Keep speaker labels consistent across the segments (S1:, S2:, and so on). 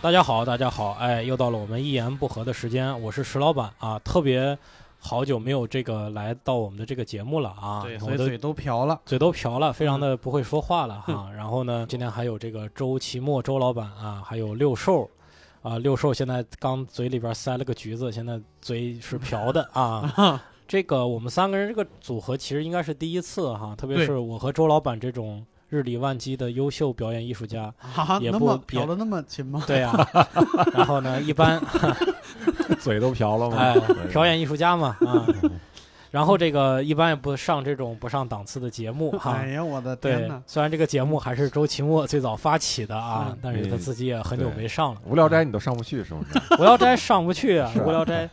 S1: 大家好，大家好，哎，又到了我们一言不合的时间，我是石老板啊，特别好久没有这个来到我们的这个节目了啊，
S2: 对，所
S1: 我
S2: 以嗯
S1: 的
S2: 嘴都瓢了。
S1: 嘴都瓢了，非常的不会说话了哈。然后呢，今天还有这个周奇墨周老板啊，还有六兽。啊，六兽现在刚嘴里边塞了个橘子，现在嘴是瓢 的啊。这个我们三个人这个组合其实应该是第一次哈，特别
S2: 对
S1: 是我和周老板这种日理万机的优秀表演艺术家，
S2: 啊，
S1: 也
S2: 那
S1: 不
S2: 么
S1: 也
S2: 瓢的那么勤吗？
S1: 对呀、 然后呢，一般
S3: 嘴都瓢了吗？
S1: 哎
S3: 对，
S1: 表演艺术家嘛啊。然后这个一般也不上这种不上档次的节目哈。
S2: 哎呀，我的天
S1: 对
S2: 哪，！
S1: 虽然这个节目还是周奇墨最早发起的啊
S2: 嗯，
S1: 但是他自己也很久没上了。
S3: 无聊斋你都上不去是不是？
S1: 啊，无聊斋上不去啊！
S3: 是啊
S1: 无聊 斋，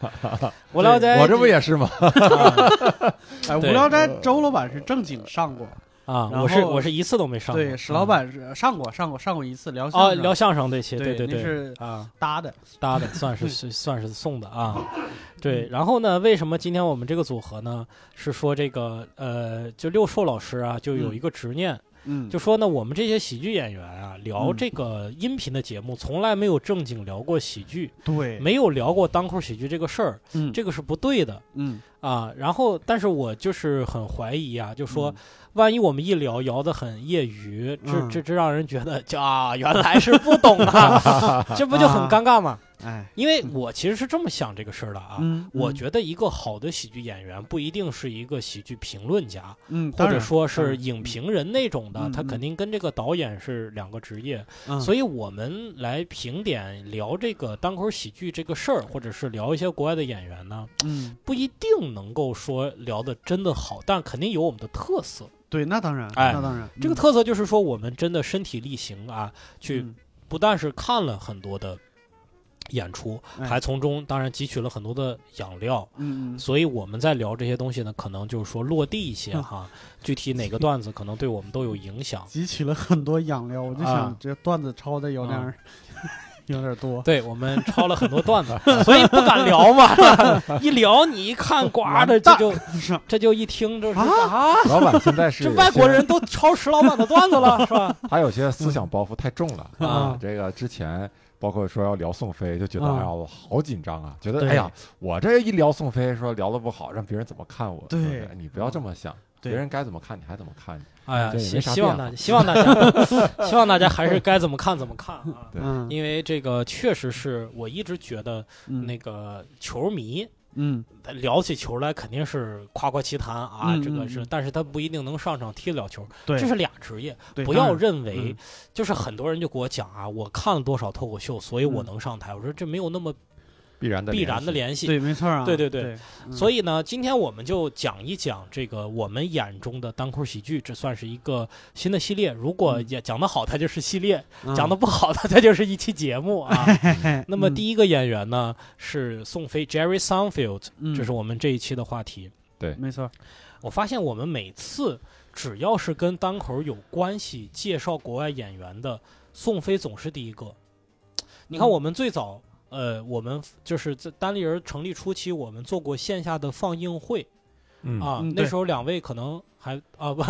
S1: 无聊斋，
S3: 我这不也 是吗？
S1: 啊
S2: 哎，无
S1: 对
S2: 聊斋周老板是正经上过，
S1: 啊？
S2: 然后
S1: 我是我是一次都没上过。
S2: 对，史老板是上过上过上过一次聊
S1: 嗯啊，
S2: 相
S1: 聊
S2: 声
S1: 相声这些，
S2: 对
S1: 对
S2: 您是嗯
S1: 啊，
S2: 搭的，
S1: 搭的算是是算是送的啊。
S2: 嗯
S1: 对，然后呢，为什么今天我们这个组合呢？是说这个呃，就六兽老师啊，就有一个执念，
S2: 嗯，
S1: 就说呢，我们这些喜剧演员啊，聊
S2: 嗯
S1: 这个音频的节目，从来没有正经聊过喜剧，
S2: 对，
S1: 没有聊过单口喜剧这个事儿，
S2: 嗯
S1: 这个是不对的
S2: 嗯，
S1: 啊。然后，但是我就是很怀疑啊，就说万一我们一聊聊得很业余，这
S2: 嗯
S1: 这这让人觉得就啊，原来是不懂 啊，这不就很尴尬吗？
S2: 嗯哎，
S1: 因为我其实是这么想这个事儿的啊。
S2: 嗯，
S1: 我
S2: 嗯
S1: 觉得一个好的喜剧演员不一定是一个喜剧评论家，
S2: 嗯，
S1: 或
S2: 当
S1: 者
S2: 然
S1: 说
S2: 当
S1: 是
S2: 然
S1: 影评人那种的，
S2: 嗯
S1: 他
S2: 嗯
S1: 肯定跟这个导演是两个职业，
S2: 嗯
S1: 所以我们来评点聊这个单口喜剧这个事儿，或者是聊一些国外的演员呢，
S2: 嗯，
S1: 不一定能够说聊的真的好，但肯定有我们的特色。
S2: 对，那当然，
S1: 哎
S2: 那当然，
S1: 这个特色就是说，我们真的身体力行啊，去
S2: 嗯
S1: 不但是看了很多的演出，
S2: 哎
S1: 还从中当然汲取了很多的养料。
S2: 嗯嗯
S1: 所以我们在聊这些东西呢，可能就是说落地一些
S2: 嗯
S1: 哈，具体哪个段子可能对我们都有影 响。
S2: 汲取了很多养料，我就
S1: 啊
S2: 想这段子抄的有点儿 有点儿 多，
S1: 对我们抄了很多段 子，所以不敢聊 嘛。一聊你一看，呱的
S2: 完
S1: 这
S2: 蛋
S1: 就
S2: 是
S1: 这就一听就是
S2: 啊，
S3: 老板现在是
S1: 这
S3: 有
S1: 外国
S3: 些，
S1: 人都抄石老板的段子了，是吧？
S3: 他有些思想包袱太重了
S1: 嗯
S3: 啊。这个之前包括说要聊宋飞，就觉得
S2: 嗯
S3: 哎呀我好紧张啊，觉得
S1: 对
S3: 哎呀我这一聊宋飞，说聊的不好，让别人怎么看我？
S2: 对
S3: 是不是你不要这么
S1: 嗯
S3: 想，别
S2: 对
S3: 人该怎么看你还怎么看你。
S1: 哎呀，
S3: 这也
S1: 希
S3: 没啥
S1: 希望大家，
S3: 变
S1: 希望大 家，希望大家还是该怎么看怎么看啊。
S3: 对
S2: 嗯，
S1: 因为这个确实是我一直觉得，
S2: 嗯
S1: 那个球迷
S2: 嗯
S1: 呃聊起球来肯定是夸夸其谈啊，
S2: 嗯
S1: 这个
S2: 嗯
S1: 是，
S2: 嗯
S1: 但是他不一定能上场踢得了球，
S2: 对，
S1: 这是俩职业。
S2: 对
S1: 不
S2: 当
S1: 要
S2: 然
S1: 认为
S2: 嗯，
S1: 就是很多人就给我讲啊，我看了多少脱口秀，所以我
S2: 嗯
S1: 能上台。我说这没有那么
S3: 必然的
S1: 必然的
S3: 联系，
S1: 联系。
S2: 对，没错啊，
S1: 对对对
S2: 嗯
S1: 所以呢，今天我们就讲一讲这个我们眼中的单口喜剧，这算是一个新的系列。如果
S2: 嗯
S1: 也讲得好，它就是系列；
S2: 嗯
S1: 讲得不好，它它就是一期节目啊。
S2: 哎
S1: 那么
S2: 嗯
S1: 第一个演员呢是宋飞 Jerry Seinfeld，
S2: 嗯
S1: 这是我们这一期的话题。
S2: 没错，
S1: 我发现我们每次只要是跟单口有关系，介绍国外演员的，宋飞总是第一个。你看，我们最早，呃，我们就是在单立人成立初期，我们做过线下的放映会
S3: 嗯
S1: 啊。
S2: 嗯对
S1: 那时候两位可能还啊不，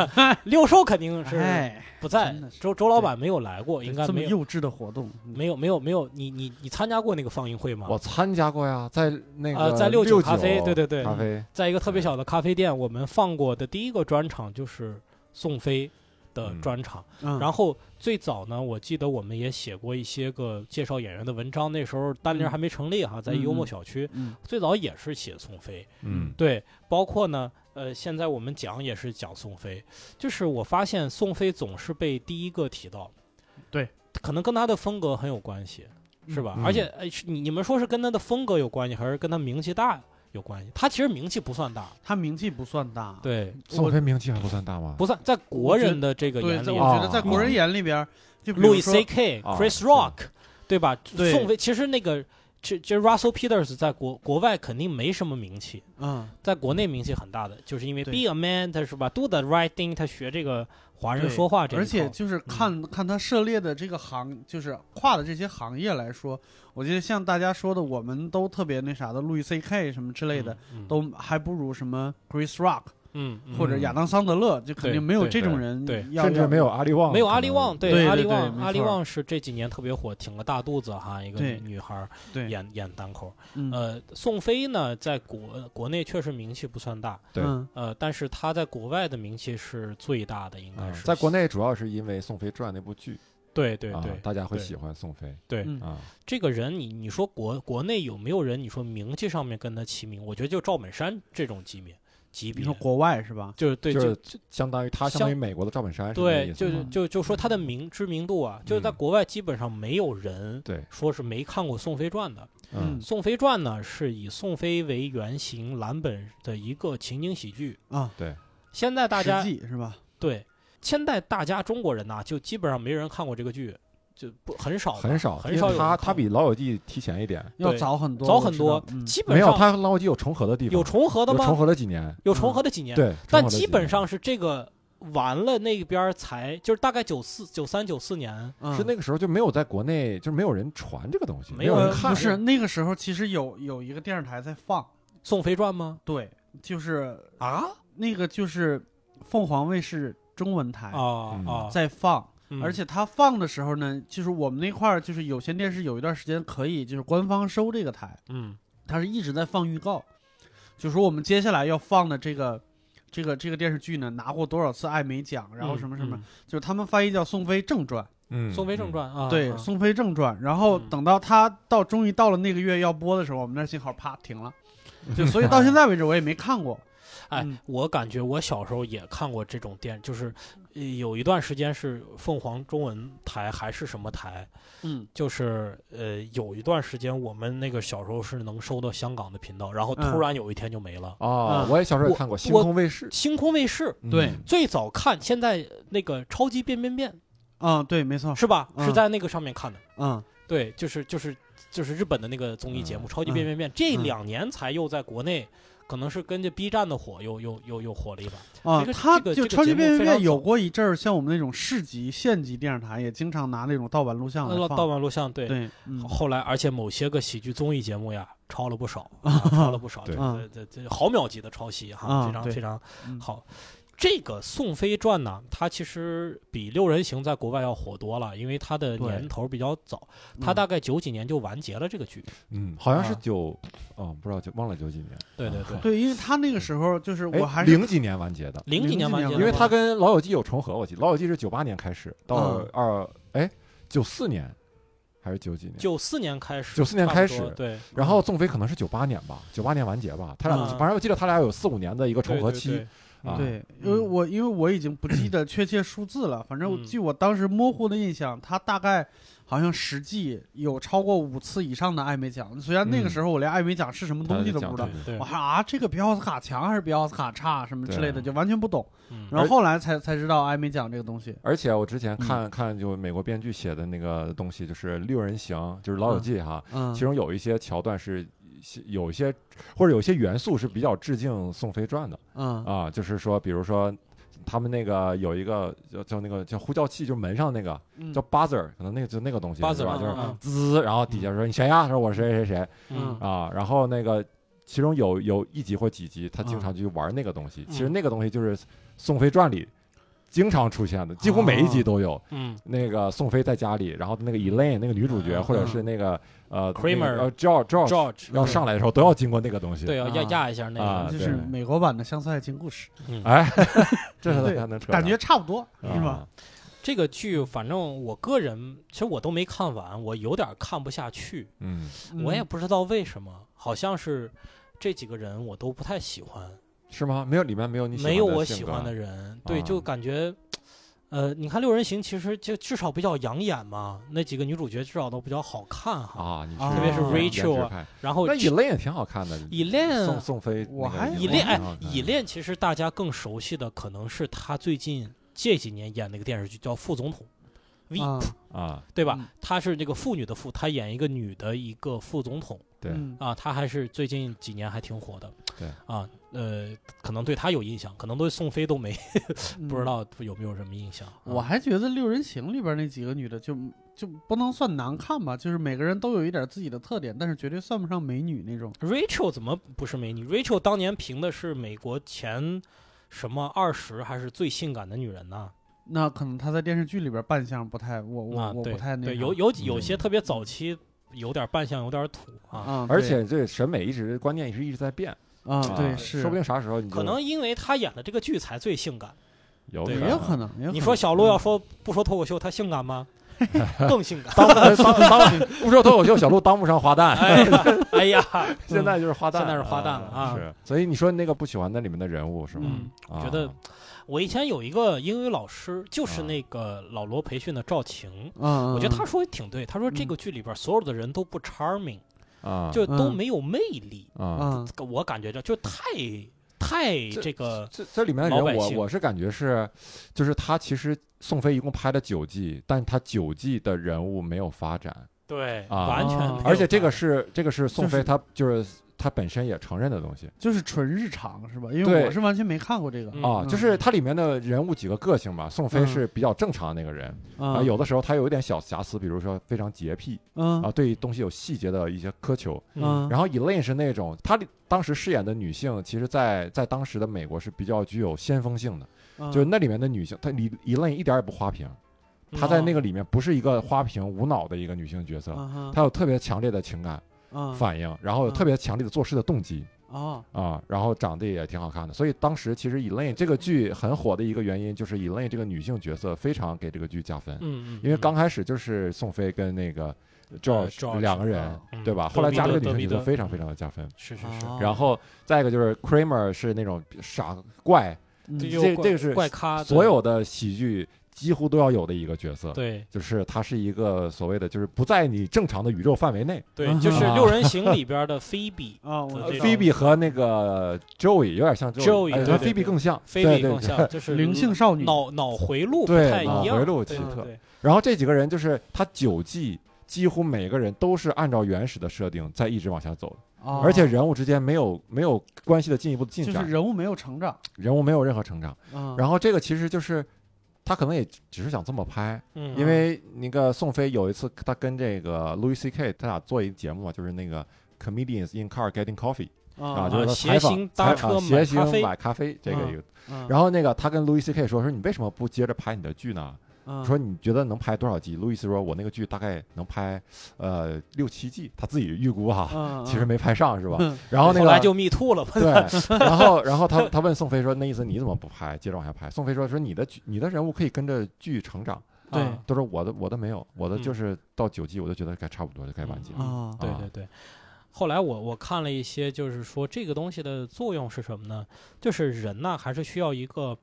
S1: 六兽肯定是
S2: 哎，
S1: 不在
S2: 真的，是
S1: 周周老板没有来过，应该
S2: 这么
S1: 没有
S2: 幼稚的活动，嗯
S1: 没有没有没有，你你你参加过那个放映会吗？
S3: 我参加过呀，在那
S1: 呃
S3: 个
S1: 在六九
S3: 六
S1: 咖啡对对对
S3: 咖啡
S1: 在一个特别小的咖啡店，我们放过的第一个专场就是宋飞的
S3: 嗯
S1: 专场。
S2: 嗯
S1: 然后最早呢，我记得我们也写过一些个介绍演员的文章，那时候单立人还没成立哈，在幽默小区，
S2: 嗯
S1: 最早也是写宋飞，
S3: 嗯
S1: 对，包括呢，呃，现在我们讲也是讲宋飞，就是我发现宋飞总是被第一个提到，
S2: 对，
S1: 可能跟他的风格很有关系，是吧？
S3: 嗯
S1: 而且，哎，是你你们说是跟他的风格有关系，还是跟他名气大有关系？他其实名气不算大，
S2: 他名气不算大，
S1: 对，
S3: 宋飞名气还不算大吗？
S1: 不算在国人的这个
S2: 对，
S1: 眼
S2: 在
S1: 里
S2: 我
S1: 啊，
S2: 觉得在国人眼里边儿，就比如
S1: Louis
S2: 说
S1: C K、
S3: 啊
S1: Chris
S3: 是
S1: Rock，对吧？
S2: 对
S1: 宋飞其实那个，这这 Russell Peters 在国国外肯定没什么名气，
S2: 嗯，
S1: 在国内名气很大的，就是因为
S2: 对
S1: Be a Man，他是吧？Do the right thing，他学这个华人
S2: 对
S1: 说话这一
S2: 而且
S1: 套嗯
S2: 就是看看他涉猎的这个行，就是跨的这些行业来说，我觉得像大家说的，我们都特别那啥的，路易 C K 什么之类的，
S1: 嗯嗯
S2: 都还不如什么 Chris Rock
S1: 嗯，嗯
S2: 或者亚当桑德勒，就肯定没有
S1: 对
S2: 这种
S3: 对
S2: 人
S1: 对
S2: 要，
S3: 甚至
S2: 要
S3: 没有阿里旺，
S1: 没有阿利旺，
S2: 对对
S1: 阿利
S2: 对
S1: 旺，
S2: 没
S1: 阿利
S2: 错
S1: 旺是这几年特别火，挺个大肚子哈，一个
S2: 对
S1: 女孩儿
S2: 对，
S1: 演演单口。
S2: 嗯
S1: 呃，宋飞呢，在国国内确实名气不算大，
S3: 对
S2: 嗯
S1: 呃，但是她在国外的名气是最大的，应
S3: 可
S1: 该
S3: 能。嗯
S1: 哎是。
S3: 在国内主要是因为《宋飞传》那部剧，
S1: 对对
S3: 啊
S1: 对，
S3: 大家会
S1: 对
S3: 喜欢宋飞
S1: 对
S2: 嗯
S3: 啊。
S1: 这个人你，你说国国内有没有人？你说名气上面跟他齐名？我觉得就赵本山这种级别级
S2: 你
S1: 别
S2: 说，国外是吧？
S1: 就是对，
S3: 就是
S1: 就
S3: 相当于他相当于美国的赵本山是那
S1: 对，
S3: 意
S1: 就
S3: 思
S1: 是
S3: 吗，
S1: 就就说他的名知名度啊，就是在
S3: 嗯
S1: 国外基本上没有人
S3: 对，
S1: 说是没看过《宋飞传》的。
S3: 嗯
S1: 《宋飞传》呢是以宋飞为原型蓝本的一个情景喜剧。
S2: 啊，
S1: 现在大家
S2: 实际是吧？
S1: 对现在大家中国人呐、就基本上没人看过这个剧，就不很少吧
S3: 很少，
S1: 很
S3: 因
S1: 少
S3: 为
S1: 有
S3: 他
S1: 人
S3: 他
S1: 看
S3: 比《老友记》提前一点，
S2: 要
S1: 对
S2: 早很多，
S1: 早
S2: 我
S1: 很
S2: 知
S1: 多
S2: 道，嗯
S1: 基本
S3: 没有
S1: 上
S3: 他和《老友记》有重合的地方，
S1: 有重合的
S3: 有重
S1: 吗？
S3: 合了几年，
S1: 有重合的几年。
S3: 对，
S1: 但
S3: 重合了几
S1: 基本
S3: 年
S1: 上是这个完了那边儿才就是大概九四九三九四年，
S2: 嗯
S3: 是那个时候就没有在国内，就是没有人传这个东西，
S1: 没
S3: 没有
S1: 有
S3: 人
S1: 人
S3: 看，
S2: 不是那个时候，其实有有一个电视台在放，
S1: 《宋飞传》吗？
S2: 对，就是啊，那个就是凤凰卫视中文台
S1: 啊
S3: 嗯
S1: 啊！
S2: 在放，
S1: 嗯
S2: 而且它放的时候呢，就是我们那块儿就是有线电视有一段时间可以就是官方收这个台，
S1: 嗯
S2: 它是一直在放预告，就说我们接下来要放的这个。这个这个电视剧呢，拿过多少次艾美奖，然后什么什么，，就是他们翻译叫《宋飞正传》，
S3: 嗯
S1: 《嗯宋飞正，传》啊，
S2: 对，
S1: 啊
S2: 《宋飞正传》。然后
S1: 嗯
S2: 等到他到终于到了那个月要播的时候，我们那儿信号啪停了，就所以到现在为止我也没看过。
S1: 啊哎
S2: 嗯，
S1: 我感觉我小时候也看过这种电，就是呃有一段时间是凤凰中文台还是什么台，
S2: 嗯
S1: 就是呃有一段时间我们那个小时候是能收到香港的频道，然后
S2: 嗯
S1: 突然有一天就没了。
S3: 啊
S2: 嗯，
S3: 我也小时候也
S1: 我
S3: 看过星
S1: 我
S3: 空卫视，
S1: 星空卫视
S3: 嗯
S2: 对
S1: 最早看，现在呃那个超级变变变
S2: 啊，对，没错，
S1: 是吧？
S2: 嗯
S1: 是在那个上面看的。
S2: 嗯
S1: 对，就是就是就是日本的那个综艺节目《超级
S2: 嗯
S1: 变变变》，这
S2: 嗯
S1: 两年才又在国内，可能是跟着 B 站的火又又又又火了一把。
S2: 啊
S1: 这，个
S2: 他
S1: 这个
S2: 就
S1: 这个
S2: 超
S1: 节
S2: 级
S1: 目
S2: 变变
S1: 非常
S2: 变
S1: 早
S2: 有过一阵儿，像我们那种市级、县级电视台也经常拿那种盗版录像来
S1: 呃，
S2: 放。
S1: 盗版录像对。
S2: 对，嗯
S1: 后来，而且某些个喜剧综艺节目呀，抄了不 少，啊、抄了不少，
S3: 对
S1: 这这这毫秒级的抄袭哈，
S2: 啊
S1: 非常
S2: 对
S1: 非常
S2: 嗯
S1: 好。这个《宋飞传》呢，它其实比《六人行》在国外要火多了，因为它的
S2: 对
S1: 年头比较早，它大概九几年就完结了这个剧。
S3: 嗯，好像是
S2: 啊
S3: 九，哦，不知道九忘了九几年，
S1: 对对对
S3: 啊，
S2: 对，因为他那个时候就是
S3: 哎
S2: 我还是
S3: 零几年完结的，
S1: 零几年完结了吗，
S3: 因为它跟《老友记》有重合，我记得《老友记》是九八年开始到
S2: 嗯
S3: 二哎九四年还是九几年？
S1: 九四年开始，
S3: 94年
S1: 差不
S3: 开
S1: 多
S3: 始
S1: 对，
S3: 然后纵飞可能是九八年吧，九八年完结吧，他俩、
S1: 嗯
S3: 反正我记得他俩有四五年的一个重合期
S1: 对对对
S3: 啊。
S2: 对，因为我因为我已经不记 得确切数字了，反正
S1: 嗯
S2: 据我当时模糊的印象，他大概好像实际有超过五次以上的艾美奖。虽然那个
S3: 嗯
S2: 时候我连艾美奖是什么
S3: 他
S2: 东西
S3: 就
S2: 都
S3: 讲
S2: 不知
S3: 这
S2: 道
S3: 个，
S1: 对
S2: 我，还啊这个比奥斯卡强还是比奥斯卡差啊什么之类的，
S3: 对啊
S2: 就完全不懂。
S1: 嗯
S2: 然后后来才才知道艾美奖这个东西。
S3: 而且我之前
S2: 嗯
S3: 看、看就美国编剧写的那个东西，就是六人行，就是《老友记》哈，
S2: 嗯，
S3: 其中有一些桥段是有一些或者有一些元素是比较致敬《宋飞传》的
S2: 嗯
S3: 啊，就是说比如说。他们那个有一个叫叫那个叫呼叫器，就是门上那个
S2: 嗯
S3: 叫 buzzer，可能那个就那个东西
S1: 八
S3: 是
S1: 字
S3: 吧？
S2: buzzer，
S3: 就是
S2: 嗯嗯
S3: 滋，然后底下说你谁呀？说我是谁谁谁，
S1: 嗯
S3: 啊，然后那个其中有有一集或几集，他经常去玩那个东西。其实
S1: 嗯
S3: 那个东西就是《宋飞传》里经常出现的，几乎每一集都有。
S1: 嗯
S3: 那个宋飞在家里，然后那个 Elaine 那个女主角，
S1: 嗯
S3: 或者是那个呃
S1: Kramer
S3: 呃 George
S1: 嗯
S3: George
S1: ，George
S3: 要上来的时候都要经过那个东西。
S1: 对，要压
S2: 啊
S1: 压一下那
S3: 啊
S1: 个，
S2: 就
S3: 对
S2: 是美国版的《乡村爱情故事
S1: 嗯
S3: 哎，这是
S2: 对
S3: 他能扯
S2: 感
S3: 上
S2: 觉差不多，是吧？嗯
S3: 啊
S1: 这个剧，反正我个人其实我都没看完，我有点看不下去，
S3: 嗯，
S1: 我也
S2: 嗯
S1: 不知道为什么，好像是这几个人我都不太喜欢，
S3: 是吗？没有里面没有你
S1: 没有我喜
S3: 性格
S1: 欢的人，对，
S3: 啊
S1: 就感觉。呃，你看《六人行》其实就至少比较养眼嘛，那几个女主角至少都比较好看哈。
S3: 啊，你
S2: 特别是
S1: Rachel 啊
S3: 啊，
S1: 然后
S3: 那
S1: 这
S3: Elaine 也挺好看的。
S1: Elaine
S3: 宋宋飞那个
S2: 我还
S3: Elaine
S1: 以恋哎
S3: 挺好看，的
S1: 以恋其实大家更熟悉的可能是他最近这几年演那个电视剧叫《副总统 V》，
S2: 啊，
S3: 啊，
S1: 对吧？
S2: 嗯
S1: 他是这个妇女的妇，他演一个女的一个副总统
S3: 对
S2: 嗯
S1: 啊，他还是最近几年还挺火的。
S3: 对
S1: 啊，呃，可能对他有印象，可能对宋飞都没
S2: 嗯
S1: 不知道有没有什么印象。
S2: 我
S1: 啊
S2: 还觉得《六人行》里边那几个女的就就不能算难看吧，就是每个人都有一点自己的特点，但是绝对算不上美女那种。
S1: Rachel 怎么不是美女？Rachel 当年评的是美国前什么二十还是最性感的女人呢？
S2: 那可能他在电视剧里边扮相不太，我我、
S1: 啊，
S2: 我
S1: 对
S2: 不太那
S1: 对，
S2: 啥
S1: 有有
S3: 嗯
S1: 有些特别早期有点扮相，有点土啊。
S2: 啊，
S3: 而
S2: 对
S3: 且这审美一直观念一直一直在变
S2: 啊，对
S3: 啊
S2: 是
S3: 说不定啥时候你就
S1: 可能因为他演的这个剧才最性感。
S3: 有
S1: 对
S2: 也有可能，也有
S1: 你
S2: 可
S1: 说
S2: 能
S1: 小鹿要说不说脱口秀，他性感 吗？更性感。
S3: 当当当 不说脱口秀，小鹿当不上花旦，
S1: 哎呀，哎呀，
S3: 现在就是花旦，
S1: 现在是花旦了
S3: 啊
S1: 啊
S3: 是，所以你说那个不喜欢那里面的人物是吗？
S1: 嗯
S3: 啊
S1: 觉得我以前有一个英语老师，就是
S3: 啊
S1: 那个老罗培训的赵晴，
S2: 嗯，
S1: 我觉得
S2: 嗯
S1: 他说的挺对。他说这
S2: 嗯
S1: 个剧里边所有的人都不 charming，
S3: 啊，
S1: 就都
S2: 嗯
S1: 没有魅力。
S3: 啊，
S2: 嗯
S1: 我感觉这就太太这个
S3: 嗯这这里面的
S1: 老
S3: 人，
S1: 百
S3: 我
S1: 姓
S3: 我是感觉是，就是他其实宋飞一共拍了九季，但他九季的人物没有发展，
S1: 对，
S3: 啊
S1: 完全没有
S2: 啊
S1: 办法。
S3: 而且这个是这个是宋
S2: 就是
S3: 飞他就是他本身也承认的东西
S2: 就是纯日常是吧？因为
S3: 对
S2: 我是完全没看过这个
S1: 嗯
S3: 啊，就是它里面的人物几个个性吧，宋飞
S2: 嗯
S3: 是比较正常的那个人
S2: 啊
S3: 啊，有的时候他有一点小瑕疵，比如说非常洁癖
S2: 嗯
S3: 啊，对东西有细节的一些苛求，
S1: 嗯
S2: 嗯，
S3: 然后 Elaine 是那种，她当时饰演的女性，其实在，在当时的美国是比较具有先锋性的，
S2: 嗯
S3: 就是那里面的女性，她 Elaine 一点也不花瓶，
S2: 嗯
S3: 她嗯
S1: 嗯
S3: 在那个里面不是一个花瓶无脑的一个女性角色，
S2: 哦嗯
S3: 她有特别强烈的情感
S2: 嗯
S3: 反应，然后有
S2: 嗯
S3: 特别强烈的做事的动机
S2: 哦
S3: 啊，然后长得也挺好看的，所以当时其实 Elaine 这个剧很火的一个原因就是 Elaine 这个女性角色非常给这个剧加分，
S1: 嗯，嗯，
S3: 因为刚开始就是宋飞跟那个
S1: 呃
S3: George
S1: ，George，
S3: 两个人
S1: 啊嗯，
S3: 对吧？
S1: 德
S3: 后来
S1: 米
S3: 加了
S1: 德
S3: 个女
S1: 德米
S3: 性角色
S1: 德嗯
S3: 非常非常的加分。
S1: 是是
S2: 哦
S1: 是，
S3: 然后再一个就是 Kramer 是那种傻怪，
S2: 嗯
S1: 这
S3: 就
S1: 就
S3: 这
S1: 怪
S3: 这个是
S1: 怪咖，
S3: 所有嗯的喜剧几乎都要有的一个角色，
S1: 啊对
S3: 就是他是一个所谓的就是不在你正常的宇宙范围内。
S1: 对
S2: 嗯，
S1: 对，就是
S3: 啊
S1: 《六人行》里边的菲比
S2: 啊，我
S1: 呃
S2: 知道
S3: 菲比和那个 Joey 有点像
S1: Joey，
S3: 哎
S1: 对
S3: 和
S1: 对
S3: 菲比
S1: 对
S3: 更像，
S1: 菲
S3: 对
S1: 比
S3: 对
S1: 更
S3: 对
S1: 像，就是
S2: 灵性少女
S1: 脑脑回路不
S3: 对
S1: 太一
S3: 脑
S1: 样，
S3: 回路
S1: 对
S3: 奇
S1: 对
S3: 特
S1: 对
S3: 然后这几个人就是他九季几乎每个人都是按照原始的设定在一直往下走的，
S2: 哦
S3: 而且人物之间没有没有关系的进一步的进
S2: 就是
S3: 展，
S2: 人物没有成长，
S3: 人物没有任何成长。
S2: 嗯，
S3: 然后这个其实就是他可能也只是想这么拍，
S1: 嗯，
S3: 因为那个宋飞有一次他跟这个 Louis C.K. 他俩做一节目嘛，就是那个 Comedians in Car Getting Coffee 啊，
S2: 啊
S3: 就是
S1: 啊
S3: 说
S1: 谐
S3: 采
S1: 星
S3: 访
S1: 搭
S3: 采
S1: 车
S3: 访谐
S1: 买
S3: 星
S1: 咖啡
S3: 买咖啡这个
S2: 嗯
S3: 一个。
S2: 然
S3: 然后那个他跟 Louis C.K. 说说你为什么不接着拍你的剧呢？
S2: 嗯
S1: 嗯
S3: 说你觉得能拍多少集？Louis 说我那个剧大概能拍呃六七季，他自己预估哈，
S2: 嗯，
S3: 其实没拍 上是吧？
S1: 啊
S2: 嗯
S3: 然后那
S1: 后来
S3: 个
S1: 就 me too 了嘛，
S3: 对，然后然后他他问宋飞说：“那意思你怎么不拍？接着往下拍。”宋飞说：“说你的剧你的人物可以跟着剧成长。
S2: 对
S1: 啊”
S3: 他说：“我的我的没有，我的
S1: 嗯
S3: 就是到九季我就觉得该差不多，就该完结
S1: 嗯
S3: 了。
S2: 啊
S1: 对
S3: 啊
S1: 对对。后来我我看了一些，就是说这个东西的作用是什么呢？就是人呐、还是需要一个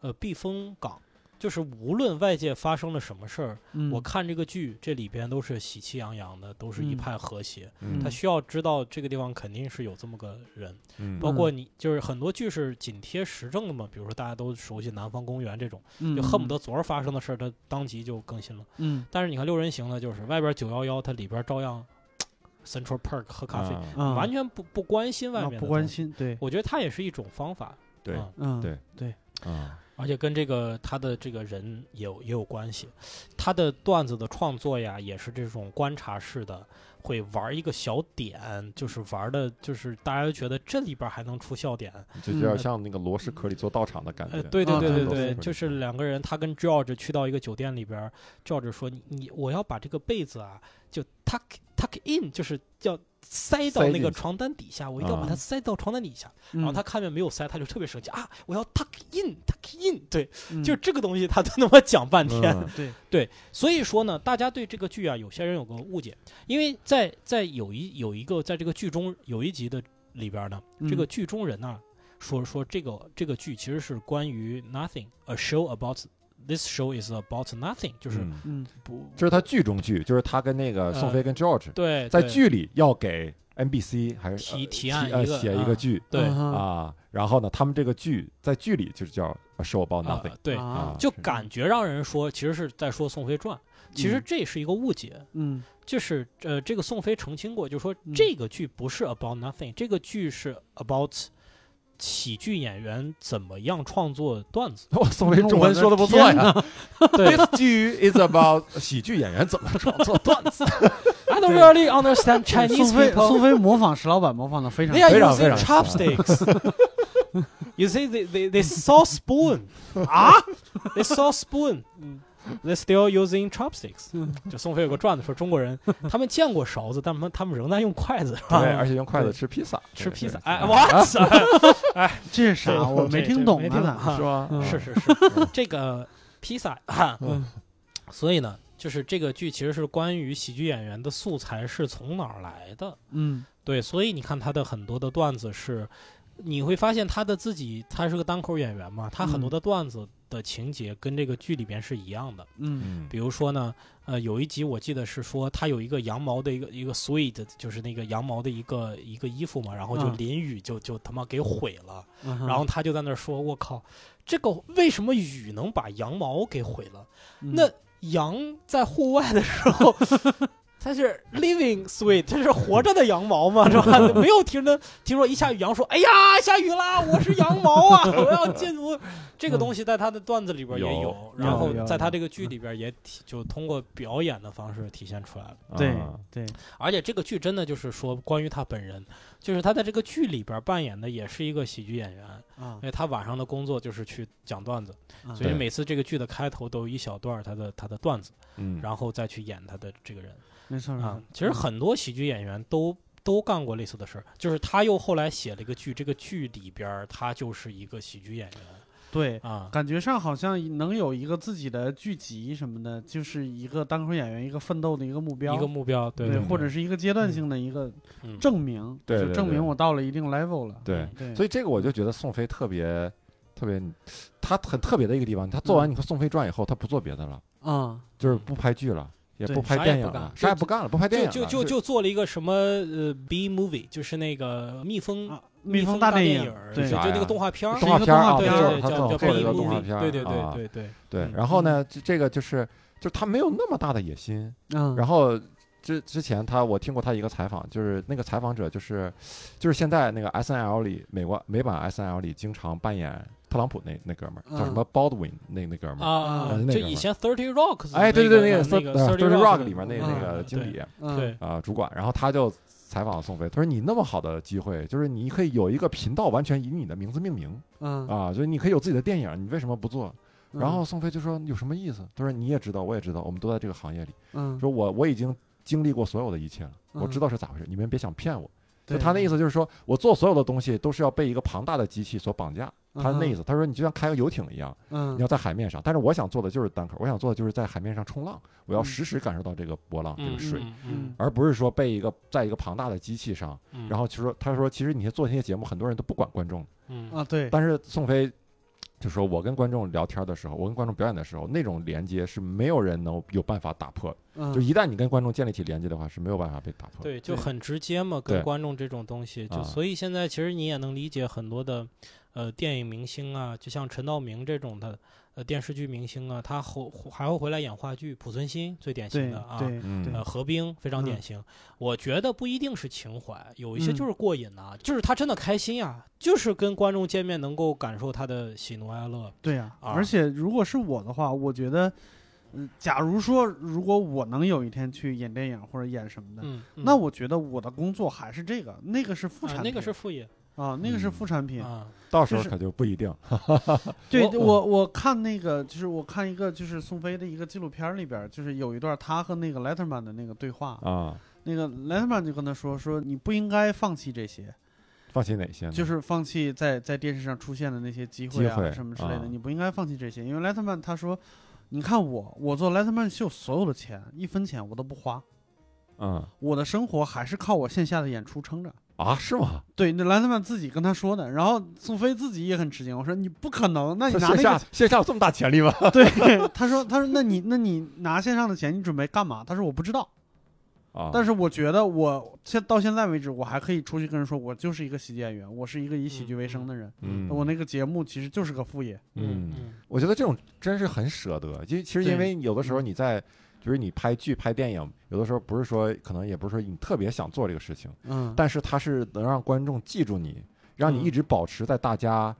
S1: 呃避风港，就是无论外界发生了什么事儿，
S2: 嗯
S1: 我看这个剧，这里边都是喜气洋洋的，都是一
S2: 嗯
S1: 派和谐。
S3: 嗯
S1: 他需要知道这个地方肯定是有这么个人，
S3: 嗯
S1: 包括你就是很多剧是紧贴时政的嘛，比如说大家都熟悉《南方公园》这种，就恨不得昨儿发生的事儿，它当即就更新了。
S2: 嗯
S1: 但是你看《六人行》呢，就是外边九幺幺，它里边照样 Central Park 喝咖啡，
S3: 啊
S2: 嗯
S1: 完全不不关心外
S2: 啊
S1: 面的
S2: 不关
S1: 东西。
S2: 心，对，
S1: 我觉得它也是一种方法，
S3: 对
S1: 啊
S2: 嗯
S3: 对啊
S1: 而且跟这个他的这个人也有也有关系，他的段子的创作呀，也是这种观察式的，会玩一个小点，就是玩的，就是大家都觉得这里边还能出笑点。
S3: 就有点像那个罗氏壳里做道场的感
S1: 嗯
S3: 觉嗯
S1: 呃，。对对
S2: 啊
S1: 对
S2: 对
S1: 对
S2: 对
S1: 对，
S3: 对
S1: 就是两个人，他跟 George 去到一个酒店里边，George 说：“你你我要把这个被子啊，就 tuck tuck in，就是要塞到
S3: 塞
S1: 那
S3: 进
S1: 个
S3: 去嗯
S1: 床单底下，我一定要把它
S2: 啊
S1: 塞到床单底下。
S2: 然
S1: 然后他看见没有塞，他就特别生气啊！我要 tuck in tuck in，对。就
S2: 就
S1: 这个东西，他都那么讲半天。
S3: 嗯
S2: 嗯对，
S1: 所以说呢，大家对这个剧啊，有些人有个误解，因为在在有一有一个在这个剧中有一集的里边呢，
S3: 嗯
S1: 这个剧中人呐、啊说说这个这个剧其实是关于 nothing，a show about this show is about nothing，就是嗯
S3: 嗯
S2: 嗯
S1: 不、
S3: 这是他剧中剧，就是他跟那个宋飞跟 George
S1: 对
S3: 在
S1: 对
S3: 剧里要给 NBC 还是
S1: 提
S3: 呃
S1: 提案
S3: 呃
S1: 一个
S3: 写一个
S1: 啊
S3: 剧
S1: 对啊、
S2: 啊
S3: 啊，然后呢，他们这个剧在剧里就是叫呃 A Show About Nothing。
S1: 对，
S3: 啊
S1: 就是感觉让人说其实是在说《宋飞传》，
S3: 嗯
S1: 其实这是一个误解。
S2: 嗯
S1: 就是呃，这个宋飞澄清过，就说
S2: 嗯
S1: 这个剧不是 about nothing，、这个剧是 about 喜剧演员怎么样创作段 子。
S3: 我宋飞中文说的不错呀。
S1: 对
S3: This 剧 is about 喜剧演员怎么创作段子，
S1: I don't really understand
S2: 对
S1: Chinese
S2: 苏菲
S1: people. 哎
S2: 苏菲模仿石老板模仿的非常
S1: They are
S3: 非常非
S1: using
S3: 常像
S1: chopsticks. You see, they they they saw spoon
S2: 啊，
S1: they saw spoon.
S2: 嗯
S1: They still using chopsticks
S2: 嗯。
S1: 就宋飞有个段子说，中国人他们见过勺子，但他们他们仍在用筷子，是吧
S3: 对，而且用筷子
S1: 啊对
S3: 吃披萨，
S1: 吃披萨。
S3: 对
S1: 哎，
S3: 对
S1: 哇塞！
S2: 这是啥？
S1: 这
S2: 啊我没
S1: 这
S2: 听
S1: 这
S2: 懂
S1: 没
S2: 呢
S1: 听懂
S2: 咋。
S1: 啊
S3: 是吧？
S2: 嗯
S1: 是是是，这个披萨，啊
S3: 嗯
S1: 所以呢，就是这个剧其实是关于喜剧演员的素材是从哪儿来的。
S2: 嗯
S1: 对，所以你看他的很多的段子是，你会发现他的自己，他是个单口演员嘛，他很多
S2: 嗯
S1: 的段子的情节跟这个剧里边是一样的。
S2: 嗯
S3: 嗯
S1: 比如说呢，呃，有一集我记得是说他有一个羊毛的一个一个 suit，就是那个羊毛的一个一个衣服嘛，然后就
S2: 嗯
S1: 淋雨就就他妈给毁了。
S2: 嗯哼，
S1: 然后他就在那儿说：“我靠，这个为什么雨能把羊毛给毁了？
S2: 嗯
S1: 那羊在户外的时 候，它是 living sweet，这是活着的羊毛嘛，是吧？没有听着听说一下雨，羊说：‘哎呀，下雨啦，我是羊毛啊，我要进屋。’这个东西在他的段子里边也
S3: 有
S1: 有，
S3: 有
S1: 然后
S2: 嗯有
S1: 在他
S2: 有嗯
S1: 这个剧里边也体就通过表演的方式体现出来了。
S2: 对
S3: 啊
S2: 对，
S1: 而且这个剧真的就是说关于他本人，就是他在这个剧里边扮演的也是一个喜剧演员。”
S2: 啊
S1: 因，为他晚上的工作就是去讲段子，
S2: 啊
S1: 所以
S3: 嗯对
S1: 每次这个剧的开头都有一小段儿他的他的段子，
S3: 嗯，
S1: 然后再去演他的这个人
S2: 没错没嗯
S1: 啊
S2: 错。。
S1: 其实很多喜剧演员都都干过类似的事儿，就是他又后来写了一个剧，这个剧里边儿他就是一个喜剧演员
S2: 对，
S1: 啊。
S2: 感觉上好像能有一个自己的剧集什么的，就是一个单口演员一个奋斗的一个目标，
S1: 一个目标，对
S2: 对，
S1: 对
S2: 或者是一个阶段性的一个
S1: 嗯
S2: 证明，
S3: 对
S2: 就
S3: 对
S2: 证
S3: 对
S2: 明我到了一定 level 了。
S3: 对，
S2: 对，
S3: 所以这个我就觉得宋飞特别特别，他很特别的一个地方，他做
S1: 嗯
S3: 完《你看《宋飞传》以后，他不做别的了，
S2: 啊，
S3: 就是不拍剧了，也
S2: 对
S3: 不拍
S1: 啥也
S3: 电
S1: 不
S3: 影
S1: 干
S3: 了，
S1: 就
S3: 啥也不干了，不拍电影
S1: 就
S3: 了，
S1: 就就就做了一个什么呃 B movie，就是那个蜜蜂
S2: 啊
S1: 蜜
S2: 蜜蜂
S1: 大
S2: 大电
S1: 影
S2: 影
S1: 儿，
S2: 对
S1: 就
S3: 啥
S1: 就那
S3: 呀
S1: 个动画片儿，
S3: 动画片啊，
S2: 是
S1: 对
S2: 一个
S1: 对，
S2: 动画
S3: 对，
S1: 叫
S2: 片
S3: 他
S1: 叫
S3: 做
S1: B
S3: 了一个动画
S1: movie，
S3: 片儿，
S1: 对对
S3: 啊
S1: 对对对，
S3: 对
S1: 嗯。
S3: 然后呢，这这个就是就他没有那么大的野心，
S2: 嗯，
S3: 然后。之之前他我听过他一个采访，就是那个采访者就是，就是现在那个 S N L 里美国美版 S N L 里经常扮演特朗普那那哥们儿叫什么 Baldwin 那那哥们儿，
S1: 嗯啊
S3: 嗯，那
S1: 就
S3: 个
S1: 以
S3: 嘛
S1: 前 Thirty Rock，
S3: 哎对对对
S1: 那
S3: 那
S1: 那
S3: 个
S1: 个
S3: 呃 Thirty Rock 里面那
S1: 那
S3: 那
S2: 嗯
S3: 个经理，
S2: 嗯
S1: 对，
S3: 啊、主管，然后他就采访宋飞，他说：“你那么好的机会，就是你可以有一个频道完全以你的名字命名
S2: 嗯，
S3: 啊，就是你可以有自己的电影，你为什么不做？”
S2: 嗯
S3: 然后宋飞就说：“有什么意思？”他说：“你也知道，我也知道，我们都在这个行业里。
S2: 嗯，
S3: 说我我已经经历过所有的一切了，我
S2: 嗯
S3: 知道是咋回事，你们别想骗我。”就
S2: 对
S3: 他那意思就是说，我做所有的东西都是要被一个庞大的机器所绑架。他那意思，他说你就像开个游艇一样，
S2: 嗯
S3: 你要在海面上。但是我想做的就是单口，我想做的就是在海面上冲浪，我要
S2: 嗯
S3: 时时感受到这个波浪、这
S1: 嗯
S3: 个水。
S1: 嗯嗯
S2: 嗯
S3: 而不是说被一个在一个庞大的机器上，
S1: 嗯，
S3: 然后就说他说其实你做那些节目，很多人都不管观众，
S1: 嗯
S2: 啊，对，
S3: 但是宋飞就说，我跟观众聊天的时候，我跟观众表演的时候，那种连接是没有人能有办法打破，
S2: 嗯
S3: 就一旦你跟观众建立起连接的话，是没有办法被打破。，
S1: 对，就
S2: 对
S1: 很直接嘛，跟
S3: 对
S1: 观众这种东西，就
S3: 啊
S1: 所以现在其实你也能理解很多的，呃，电影明星啊，就像陈道明这种的，呃，电视剧明星啊，他后还会回来演话剧，濮存昕最典型
S2: 对
S1: 的啊，
S2: 对
S3: 嗯
S1: 呃，
S2: 对，
S1: 何冰非常典
S2: 嗯
S1: 型。我觉得不一定是情怀，有一些
S2: 嗯
S1: 就是过瘾呐、就是他真的开心呀、就是跟观众见面能够感受他的喜怒哀乐。
S2: 对呀。
S1: 啊
S2: 而且如果是我的话，我觉得，嗯，假如说如果我能有一天去演电影或者演什么的，
S1: 嗯，
S2: 那
S1: 嗯
S2: 我觉得我的工作还是这个，那个是副产
S1: 啊
S2: 品，
S1: 那个是副业
S2: 啊，那个是
S3: 嗯
S2: 副产品。
S1: 啊，
S3: 到时候
S2: 就是
S3: 可就不一定。
S2: 对
S1: 我
S2: 我我看那个就是我看一个就是宋飞的一个纪录片儿里边儿，就是有一段他和那个 Letterman 的那个对话，
S3: 啊，
S2: 那个 Letterman 就跟他说说你不应该放弃这些，
S3: 放弃哪些呢？
S2: 就是放弃在在电视上出现的那些机会啊
S3: 嗯机会
S2: 什么之类的，
S3: 啊
S2: 你不应该放弃这些，因为 Letterman 他说，你看我我做 Letterman 秀所有的钱一分钱我都不花，
S3: 嗯
S2: 我的生活还是靠我线下的演出撑着。
S3: 啊，是吗？
S2: 对，那莱特曼自己跟他说的，然后宋飞自己也很吃惊。我说你不可能，那你拿
S3: 他线下
S2: 那
S3: 线下有这么大潜力吗？
S2: 个对，他说他说那你那你拿线上的钱，你准备干嘛？他说我不知道，
S3: 啊，
S2: 但
S3: 是
S2: 是我觉得我现到现在为止，我还可以出去跟人说，我就是一个喜剧演员，我是一个以喜剧为生的人，
S3: 嗯，
S2: 我那个节目其实就是个副业。
S3: 嗯。我觉得这种真是很舍得，因为其实因为有的时候
S2: 嗯
S3: 你在，就是你拍剧、拍电影，有的时候不是说可能也不是说你特别想做这个事情，
S2: 嗯，
S3: 但是它是能让观众记住你，让你
S2: 嗯
S3: 一直保持在大家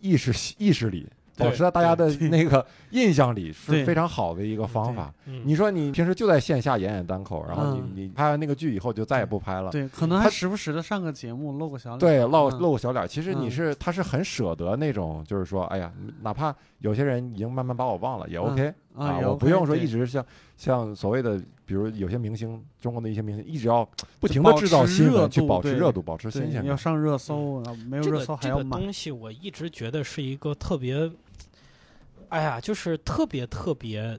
S3: 意识意识里，保持在大家的那个印象里
S2: 对
S3: 是非常好的一个方法。
S1: 嗯
S3: 你说你平时就在线下演演单口，然后你、
S2: 嗯
S3: 你拍完那个剧以后就再也不拍了。
S2: 对，可能还
S3: 他
S2: 时不时的上个节目露个小脸，
S3: 对，露
S2: 嗯
S3: 露个小脸儿，其实
S2: 嗯
S3: 你是他是很舍得那种，就是说，哎呀，哪怕有些人已经慢慢把我忘了，也 OK
S2: 嗯啊也
S3: 我
S2: OK，
S3: 不用说
S2: 对
S3: 一直像像所谓的，比如有些明星，中国的一些明星，一直要不停的制造新闻，去
S2: 保
S3: 保
S2: 持
S3: 持
S2: 热度
S3: 热度，保持新
S2: 对
S3: 鲜
S2: 要嗯
S3: 感。嗯
S2: 上热搜，啊没有
S1: 这
S2: 热
S1: 个
S2: 搜还
S1: 这
S2: 要
S1: 个
S2: 买。
S1: 东西，我一直觉得是一个特别，哎呀，就是特别特别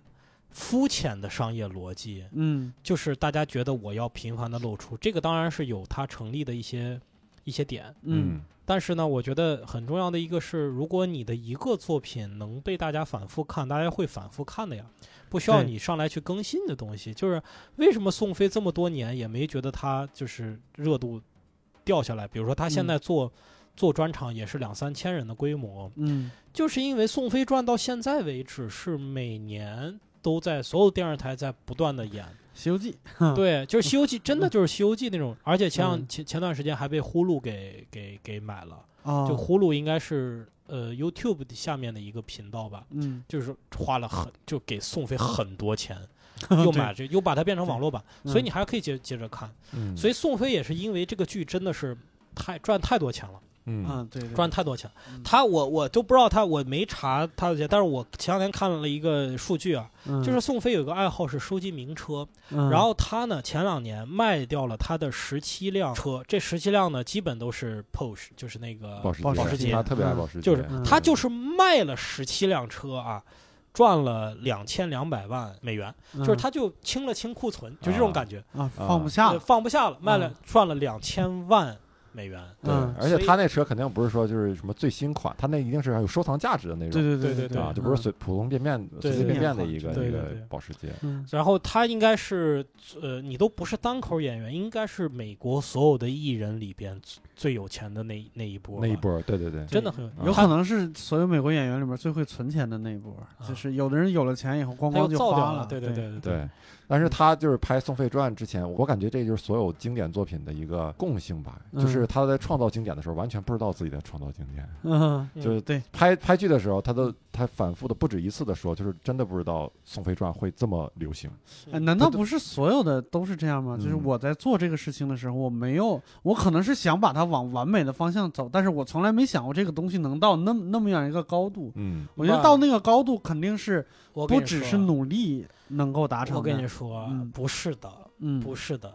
S1: 肤浅的商业逻辑，
S2: 嗯
S1: 就是大家觉得我要频繁的露出，这个当然是有它成立的一些一些点，
S2: 嗯，
S1: 但是呢，我觉得很重要的一个是，如果你的一个作品能被大家反复看，大家会反复看的呀，不需要
S2: 对
S1: 你上来去更新的东西。就是为什么宋飞这么多年也没觉得他就是热度掉下来？比如说他
S2: 嗯
S1: 现在做、做专场也是两三千人的规模，
S2: 嗯
S1: 就是因为《宋飞传》到现在为止是每年都在所有电视台在不断的演，
S2: 《西游记》
S1: 对，就是《西游记》，真的就是《西游记》那种，而且前两
S2: 嗯
S1: 前前段时间还被呼噜给给给买了。
S2: 啊，
S1: 就呼噜应该是呃 YouTube 的下面的一个频道吧，
S2: 嗯，
S1: 就是花了很就给宋飞很多钱，又买这又把它变成网络版，
S2: 对
S1: 所以
S2: 嗯
S1: 你还可以接接着看。
S3: 嗯，
S1: 所
S3: 以
S1: 以宋飞也是因为这个剧真的是太赚太多钱了，
S3: 嗯
S2: 啊，对对，
S1: 赚太多钱
S2: 嗯。
S1: 他我我都不知道他我没查他的钱，但是我前两天看了一个数据啊，
S2: 就
S1: 就是宋飞有个爱好是收集名车，
S2: 嗯
S1: 然后他呢前两年卖掉了他的十七辆车，这十七辆呢基本都是 Porsche，就是那个
S3: 保时
S2: 保
S1: 时捷
S3: 他特别爱
S2: 嗯
S3: 保时捷，
S1: 就是
S2: 嗯
S1: 他就是卖了十七辆车啊，赚了两千两百万美元，
S2: 嗯
S1: 就是他就清了清库存，就这种感觉，
S2: 啊放不下
S1: 呃，放不下了，卖了赚了两千万美元。
S3: 对
S2: 嗯，
S3: 而
S1: 所
S3: 且
S1: 以
S3: 他那车肯定不是说就是什么最新款，他那一定是有收藏价值的那种。
S2: 对对对嗯
S1: 对对嗯
S3: 啊，
S2: 就
S3: 就不是随普通便便、
S1: 对
S3: 随随便便的
S2: 对
S3: 一个
S1: 对
S3: 一
S1: 对
S3: 个
S1: 对
S3: 保时捷。
S2: 嗯
S1: 然后他应该是，呃，你都不是单口演员，应该是呃美国所有的艺人里边最最有钱的那那一波吧，
S3: 那一波儿，对对对，
S1: 真的很啊
S3: 嗯
S2: 有
S1: 他
S2: 可能是所有美国演员里面最会存钱的那一波，就是有的人有了钱以后光
S1: 啊他又
S2: 光就
S1: 造
S2: 花嗯
S1: 掉对
S2: 对
S1: 对，对对，
S3: 对，但是他就是拍《宋飞传》之前，我感觉这就是所有经典作品的一个共性吧，
S1: 嗯
S3: 就是他在创造经典的时候，完全不知道自己在创造经典。
S2: 嗯
S1: 嗯
S3: 就是
S2: 对
S3: 拍拍剧的时候，他都他反复的不止一次的说，就是真的不知道《宋飞传》会这么流行。
S2: 哎，
S1: 嗯
S2: 难道不是所有的都是这样吗？就是
S3: 嗯
S2: 我在做这个事情的时候，我没有，我可能是想把它往完美的方向走，但是我从来没想过这个东西能到那么那么样一个高度。
S3: 嗯
S2: 我觉得
S1: 那
S2: 到那个高度肯定是
S1: 我跟
S2: 不
S1: 你
S2: 只
S1: 说
S2: 是努力能够达成的。
S1: 我跟你说
S2: 嗯，
S1: 不是的，
S2: 嗯，
S1: 不是的，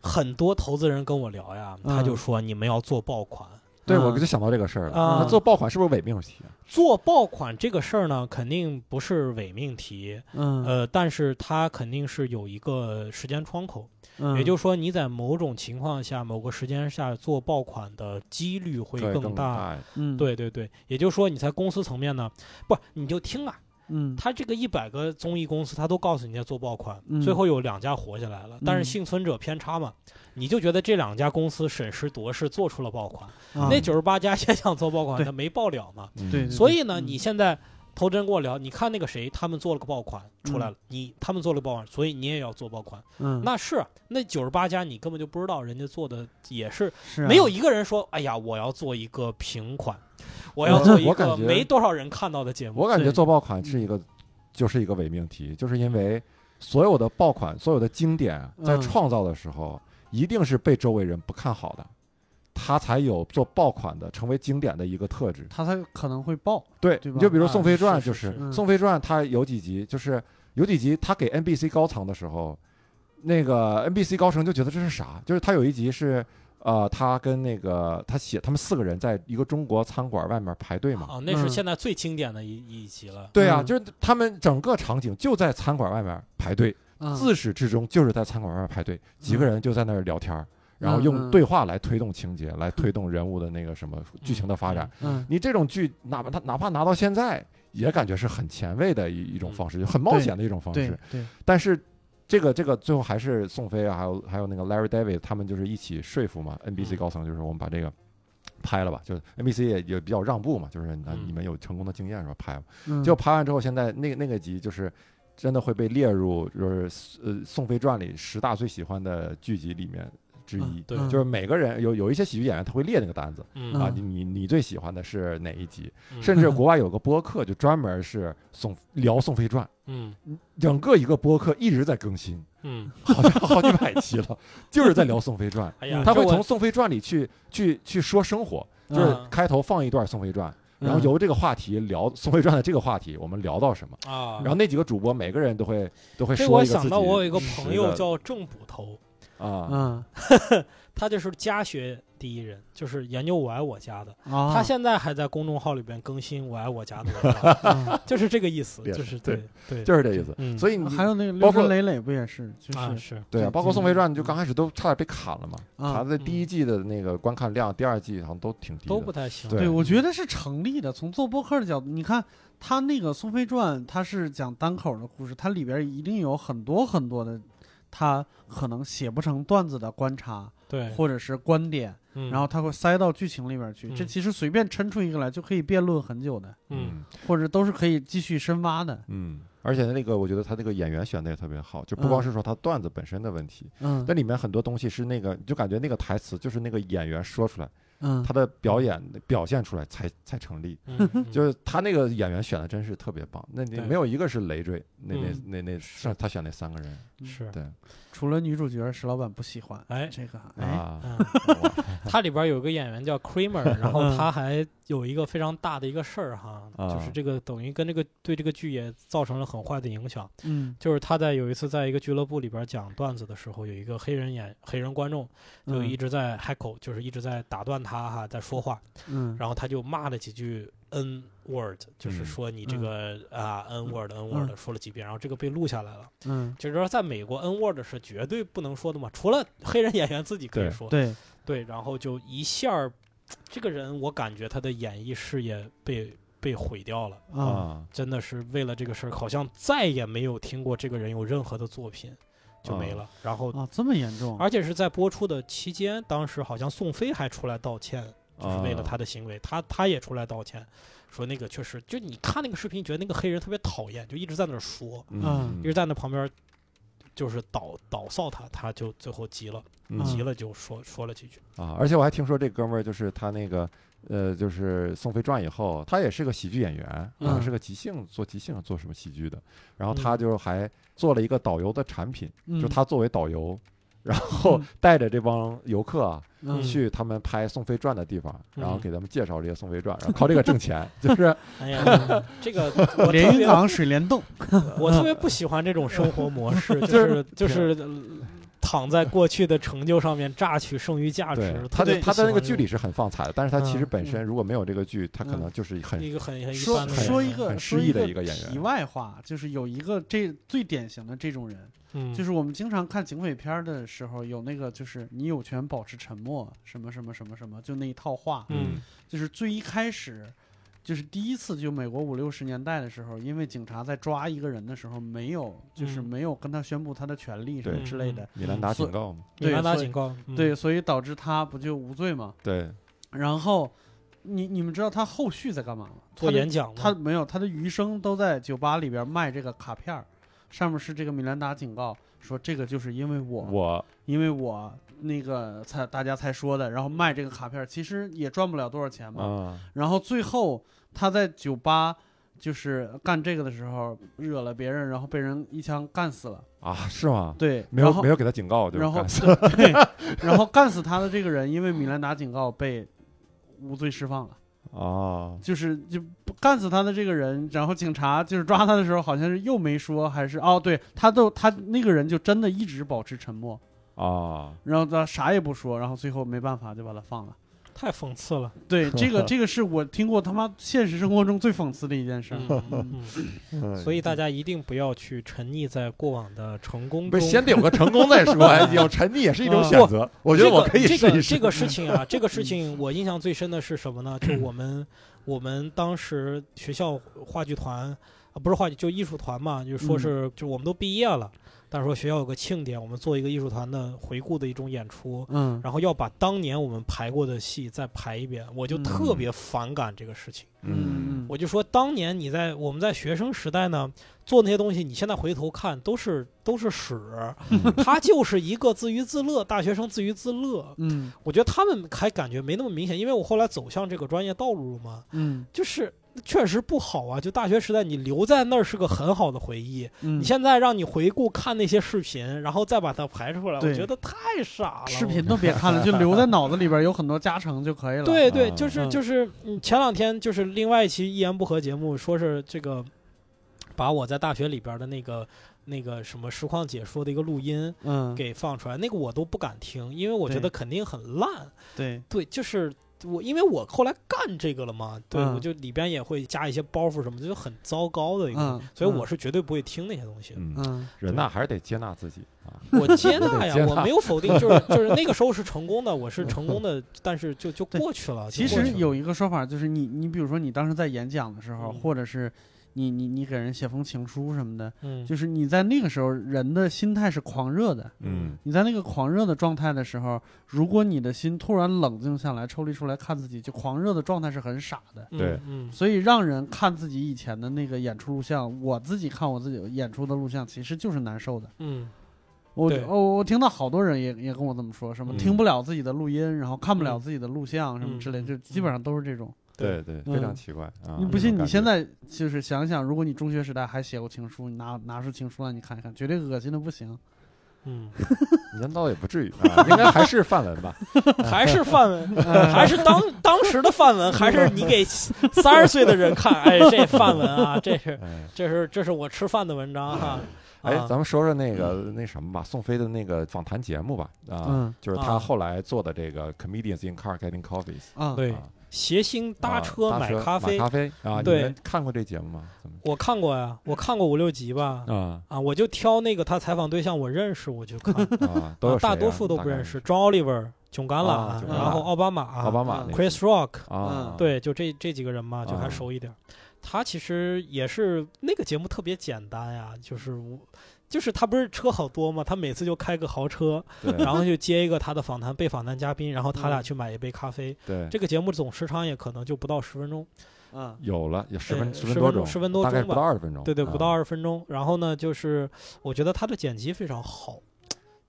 S1: 很多投资人跟我聊呀，他就说你们要做爆款。
S3: 对，
S2: 嗯
S3: 我就想到这个事儿了。
S1: 啊
S3: 那做爆款是不是伪命题啊？
S1: 做爆款这个事儿呢，肯定不是伪命题，
S2: 嗯
S1: 呃，但是它肯定是有一个时间窗口，
S2: 嗯，
S1: 也就是说你在某种情况下、某个时间下做爆款的几率会
S3: 对
S1: 更
S3: 更
S1: 大。
S3: 大。
S2: 嗯
S1: 对对对，也就是说你在公司层面呢，不，你就听啊，
S2: 嗯
S1: 他这个一百个综艺公司，他都告诉你在做爆款，
S2: 嗯
S1: 最后有两家活下来了，但是
S2: 嗯
S1: 幸存者偏差嘛，你就觉得这两家公司审时度势做出了爆款，
S2: 啊
S1: 那九十八家也想做爆款，
S2: 对
S1: 他没爆了嘛。
S3: 嗯
S2: 对
S1: 所以呢，
S2: 嗯
S1: 你现在头真跟我聊，你看那个谁，他们做了个爆款出来了，你他们做了个爆款，所以你也要做爆款。
S2: 嗯
S1: 那是啊那九十八家，你根本就不知道人家做的也是
S2: 是啊呃
S1: 没有一个人说，哎呀，我要做一个平款，我要做一
S3: 我
S1: 个
S3: 感觉
S1: 没多少人看到的节目。
S3: 我感觉
S2: 对嗯
S3: 做爆款是一个，就是一个伪命题，就是因为所有的爆款、所有的经典啊在
S2: 嗯
S3: 创造的时候，一定是被周围人不看好的，他才有做爆款的、成为经典的一个特质。
S2: 他才可能会爆。
S3: 对，
S2: 对吧
S3: 你就比如《
S1: 啊
S3: 宋飞传》，
S1: 是
S3: 就是是
S1: 是
S2: 嗯
S3: 《宋飞传》，它有几集，就是有几集他给 NBC 高层的时候，那个 NBC 高层就觉得这是啥？就是他有一集是。呃，他跟那个他写他们四个人在一个中国餐馆外面排队嘛，
S1: 啊，那是
S2: 嗯
S1: 现在最经典的一一集了。
S3: 对啊，
S2: 嗯
S3: 就是他们整个场景就在餐馆外面排队，
S2: 嗯
S3: 自始至终就是在餐馆外面排队，几个人就在那儿聊天儿，然后
S2: 嗯
S3: 用对话来推动情节，来推动人物的那个什么剧情的发展。
S2: 嗯
S3: 你这种剧，哪怕他哪怕拿到现在，也感觉是很前卫的一一种方式，很冒险的一种
S2: 嗯
S3: 方
S2: 对
S3: 式。
S2: 对
S3: 但是这个这个最后还是宋飞啊，还有还有那个 Larry David 他们就是一起说服嘛，NBC
S1: 嗯
S3: 高层就是我们把这个拍了吧，就是 NBC 也也比较让步嘛，就是那
S1: 嗯
S3: 你们有成功的经验是吧，拍吧。
S2: 嗯
S3: 就拍完之后，现在那那个集就是真的会被列入就是呃《宋飞传》里十大最喜欢的剧集里面之一，
S1: 对
S2: 嗯
S3: 就是每个人有有一些喜剧演员他会列那个单子
S1: 嗯
S3: 啊，
S2: 嗯
S3: 你你你最喜欢的是哪一集？
S1: 嗯
S3: 甚至国外有个播客就专门是宋聊《宋飞传
S1: 嗯》，
S3: 整个一个播客一直在更新，
S1: 嗯，
S3: 好像好几百期了， 就是在聊《宋飞传》。
S1: 哎呀，
S3: 嗯他
S1: 这
S3: 会
S1: 我
S3: 从《宋飞传》里去去去说生活，就是
S1: 嗯
S3: 开头放一段《宋飞传》，然后
S2: 嗯
S3: 由这个话题聊《宋飞传》的这个话题，我们聊到什么。
S1: 啊，
S3: 然后那几个主播每个人都会都会
S1: 这
S3: 说
S1: 我
S3: 一个自
S1: 想
S3: 己
S1: 到我有一个
S3: 实
S1: 朋友
S3: 的
S1: 叫郑捕头，
S3: 啊，
S2: 嗯
S1: 他就是家学第一人，就是研究我爱我家的，
S2: 啊，
S1: 他现在还在公众号里边更新我爱我家的文章，
S2: 嗯
S1: 就是这个意思，
S3: 也
S1: 就是是
S3: 对
S1: 对对，
S3: 就是这意思。
S1: 嗯
S3: 所以你
S2: 还有那个
S3: 包
S2: 刘
S3: 括
S2: 春磊磊不也是，就是
S1: 啊是，
S3: 对啊，
S2: 对
S3: 包括
S2: 就
S3: 《宋飞
S2: 是
S3: 传》，就刚开始都差点被砍了嘛。
S2: 啊
S3: 他在第一
S1: 嗯
S3: 季的那个观看量，第二季好像都挺低
S1: 都不
S3: 的。
S1: 太行，
S3: 对
S2: 对，我觉得是成立的。从做播客的角度，你看他那个《宋飞传》，他是讲单口的故事，它里边一定有很多很多的他可能写不成段子的观察
S1: 对，
S2: 或者是观点，
S1: 嗯
S2: 然后他会塞到剧情里边去。这
S1: 嗯
S2: 其实随便抻出一个来就可以辩论很久的，
S1: 嗯
S2: 或者都是可以继续深挖的。
S3: 嗯，而且那个我觉得他这个演员选的也特别好，就不光是说他段子本身的问题，
S2: 嗯
S3: 那里面很多东西是那个，就感觉那个台词就是那个演员说出来，
S2: 嗯
S3: 他的表演表现出来才才成立。
S1: 嗯，嗯
S3: 就是他那个演员选的真是特别棒，那你
S1: 对
S3: 没有一个是累赘，那那
S1: 嗯
S3: 那那是他选那三个人，
S1: 是，
S3: 对
S2: 除了女主角石老板不喜欢，
S1: 哎
S2: 这个哎，
S3: 啊，
S1: 嗯。
S3: 哇
S1: 它里边有个演员叫 Kramer，然后
S2: 嗯
S1: 他还有一个非常大的一个事儿哈，
S3: 啊
S1: 就是这个等于跟这个对这个剧也造成了很坏的影响。
S2: 嗯，
S1: 就是他在有一次在一个俱乐部里边讲段子的时候，有一个黑人演黑人观众就一
S2: 嗯
S1: 直在 heckle，、就是一直在打断他哈，在说话，
S2: 嗯
S1: 然后他就骂了几句 n word，就是
S3: 嗯
S1: 说你这个、啊 n word n
S2: 嗯
S1: word 说了几遍，然后这个被录下来了。
S2: 嗯，
S1: 就是说在美国 n word 是绝对不能说的嘛，除了黑人演员自己可以
S3: 对
S1: 说，
S2: 对，
S1: 对，然后就一下儿，这个人我感觉他的演艺事业被被毁掉了，
S2: 啊，
S3: 啊，
S1: 真的是为了这个事儿，好像再也没有听过这个人有任何的作品，就没
S3: 啊
S1: 了。然后，
S2: 啊，这么严重，
S1: 而且是在播出的期间，当时好像宋飞还出来道歉，
S3: 啊
S1: 就是为了他的行为，他他也出来道歉，说那个确实，就你看那个视频，觉得那个黑人特别讨厌，就一直在那儿说，
S3: 嗯
S2: 啊
S1: 一直在那旁边儿。就是倒倒扫他，他就最后急了，
S2: 啊
S3: 嗯
S1: 急了就说说了几句，
S3: 啊，而且我还听说这哥们儿就是他那个。呃，就是《宋飞传》以后，他也是个喜剧演员，啊，
S2: 嗯
S3: 是个即兴做即兴做什么喜剧的。然后他就还做了一个导游的产品，
S2: 嗯
S3: 就他作为导游，然后
S2: 嗯
S3: 带着这帮游客啊，
S2: 嗯
S3: 去他们拍《宋飞传》的地方，然后
S1: 嗯
S3: 给他们介绍这些《宋飞传》，然后靠这个挣钱，就是
S1: 哎呀，这个我特
S2: 连云
S1: 别
S2: 港水帘洞，
S1: 我特别不喜欢这种生活模式，就
S3: 嗯就是
S1: 就是呃躺在过去的成就上面榨取剩余价值
S3: 对。
S1: 特
S3: 他
S1: 别
S3: 在
S1: 不
S3: 他在那个
S1: 喜
S3: 剧
S1: 欢这
S3: 里是很放彩的，但是他其实
S1: 嗯
S3: 本身如果没有这个剧，他可
S2: 嗯
S3: 能就是
S1: 种
S3: 很
S1: 一个很很一
S2: 说
S1: 般的人
S2: 说一个
S3: 很
S2: 说
S3: 失意的一
S2: 个
S3: 个演员
S2: 题外话，就是有一个这最典型的这种人，
S1: 嗯
S2: 就是我们经常看警匪片儿的时候，有那个就是你有权保持沉默，什么什么什么什么，就那一套话，
S1: 嗯
S2: 就是最一开始。就是第一次，就美国五六十年代的时候，因为警察在抓一个人的时候，没有就是
S1: 嗯
S2: 没有跟他宣布他的权利什么
S3: 对
S2: 之类的，
S3: 米兰达
S2: 所
S3: 警告嘛，
S1: 米兰达
S2: 所以
S1: 警告，嗯
S2: 对，所以导致他不就无罪吗？
S3: 对，
S2: 然后，你你们知道他后续在干嘛吗？
S1: 做
S2: 他的
S1: 演讲嘛
S2: 他没有，他的余生都在酒吧里边卖这个卡片儿，上面是这个米兰达警告，说这个就是因为我，
S3: 我
S2: 因为我那个才大家才说的，然后卖这个卡片儿，其实也赚不了多少钱嘛。
S3: 啊，
S2: 然后最后他在酒吧就是干这个的时候惹了别人，然后被人一枪干死了。
S3: 啊，是吗？
S2: 对，
S3: 没
S2: 然
S3: 有
S2: 后
S3: 没有给他警告，就
S2: 然后
S3: 干死
S2: 对，然后干死他的这个人，因为米兰达警告被无罪释放了。
S3: 啊，
S2: 就是就不干死他的这个人，然后警察就是抓他的时候，好像是又没说，还是哦，对他都他那个人就真的一直保持沉默，
S3: 啊，
S2: 然后他啥也不说，然后最后没办法就把他放了。
S1: 太讽刺了。
S2: 对，这 个这个是我听过他妈现实生活中最讽刺的一件事儿。
S1: 嗯
S3: 嗯
S1: 所以大家一定不要去沉溺在过往的成功
S3: 不
S1: 中。
S3: 是先得有个成功再说，哎有沉溺也是一种
S1: 嗯
S3: 选择。我觉得我可以试
S1: 这个这
S3: 一试
S1: 个这
S3: 嗯
S1: 个事情 啊，这个事情我印象最深的是什么呢？就我们我们当时学校话剧团啊，不是话剧，就艺术团嘛，就
S3: 嗯
S1: 说是就我们都毕业了，但是说学校有个庆典，我们做一个艺术团的回顾的一种演出，
S2: 嗯
S1: 然后要把当年我们排过的戏再排一遍，我就
S2: 嗯
S1: 特别反感这个事情。
S3: 嗯
S1: 我就说，当年你在我们在学生时代呢做那些东西，你现在回头看都是都是屎，
S3: 嗯
S1: 他就是一个自娱自乐，大学生自娱自乐。
S2: 嗯
S1: 我觉得他们还感觉没那么明显，因为我后来走向这个专业道路了嘛，
S2: 嗯
S1: 就是确实不好啊。就大学时代，你留在那儿是个很好的回忆，
S2: 嗯，
S1: 你现在让你回顾看那些视频，然后再把它排出来，
S2: 对
S1: 我觉得太傻了。
S2: 视频都别看了，就留在脑子里边，有很多加成就可以了。
S1: 对对，
S3: 嗯
S1: 就是
S2: 嗯
S1: 就是，嗯，前两天就是另外一期一言不合节目，说是这个把我在大学里边的那个那个什么实况解说的一个录音
S2: 嗯，
S1: 给放出来，那个我都不敢听，因为我觉
S2: 对
S1: 得肯定很烂。
S2: 对，
S1: 对，就是。我因为我后来干这个了嘛，对、
S2: 嗯
S1: 我就里边也会加一些包袱什么，就是很糟糕的一个，
S2: 嗯，
S1: 所以我是绝对不会听那些东西的。
S3: 嗯，
S2: 嗯
S3: 人呐还是得接纳自己啊。
S1: 我 接纳
S3: 接
S1: 呀，
S3: 纳
S1: 我没有否定， 就是就是那个时候是成功的，我是成功的，但是就就过去了。
S2: 其
S1: 就过
S2: 实
S1: 去了
S2: 有一个说法就是你，你比如说你当时在演讲的时候，
S1: 嗯
S2: 或者是你你你给人写封情书什么的，
S1: 嗯，
S2: 就是你在那个时候人的心态是狂热的。
S3: 嗯
S2: 你在那个狂热的状态的时候，如果你的心突然冷静下来，抽离出来看自己，就狂热的状态是很傻的。
S1: 嗯
S3: 对
S1: 嗯
S2: 所以让人看自己以前的那个演出录像，我自己看我自己演出的录像，其实就是难受的。
S1: 嗯
S2: 我
S1: 对
S2: 哦，我听到好多人也也跟我这么说，什么
S3: 嗯
S2: 听不了自己的录音，然后看不了
S1: 嗯
S2: 自己的录像，什么之类，
S1: 嗯
S2: 就
S1: 嗯
S2: 基本上都是这种。
S3: 对对，
S2: 嗯
S3: 非常奇怪啊！
S2: 你不信？你现
S3: 在
S2: 在就是想想，如果你中学时代还写过情书，你拿拿出情书来你看一看，绝对恶心的不行。
S1: 嗯，
S3: 人倒也不至于啊，应该还是范文吧？
S1: 还是范 文，
S2: 呃
S1: 还是当当时的范文，还是你给三十岁的人看，哎，这范文啊，这是
S3: 哎，
S1: 这是这是我吃饭的文章哈。
S3: 哎，
S1: 啊
S3: 咱们说说那个那什么吧，宋飞的那个访谈节目吧，啊，
S2: 嗯
S3: 就是
S1: 啊
S3: 他后来做的这个 Comedians in Car Getting Coffees，
S2: 啊，
S1: 对
S3: 啊
S1: 谐星搭车
S3: 啊搭
S1: 买
S3: 车
S1: 咖
S3: 买
S1: 啡
S3: 咖，啡啊，你
S1: 对
S3: 们看过这节目吗？怎么
S1: 我看过呀，
S3: 嗯
S1: 我看过五六集吧。
S3: 啊
S1: 啊，我就挑那个他采访对象我认识我就看，
S3: 啊， 都有
S1: 啊
S3: 谁
S1: 大
S3: 啊
S1: 多数都
S3: 大
S1: 不
S3: 概
S1: 认识。John Oliver、囧橄榄，
S3: 啊囧
S2: 橄榄
S1: 然后奥巴马、
S3: 奥巴马
S2: 啊
S3: 那个
S1: Chris Rock，
S3: 啊
S2: 嗯，
S1: 对，就这这几个人嘛，就
S3: 啊
S1: 还熟一点儿。他其实也是那个节目特别简单呀，就是我，就是他不是车好多嘛，他每次就开个豪车，
S3: 对，
S1: 然后就接一个他的访谈被访谈嘉宾，然后他俩
S2: 嗯
S1: 去买一杯咖啡。
S3: 对，
S1: 这个节目总时长也可能就不到十分钟，
S2: 嗯
S3: 有了有十分
S1: 呃
S3: 十
S1: 10
S3: 分多
S1: 分钟
S3: 钟，
S1: 10分多
S3: 大概
S1: 钟
S3: 不
S1: 吧
S3: 到二十分钟，
S1: 对对，
S3: 啊
S1: 不到二十分钟。然后呢，就是我觉得他的剪辑非常好，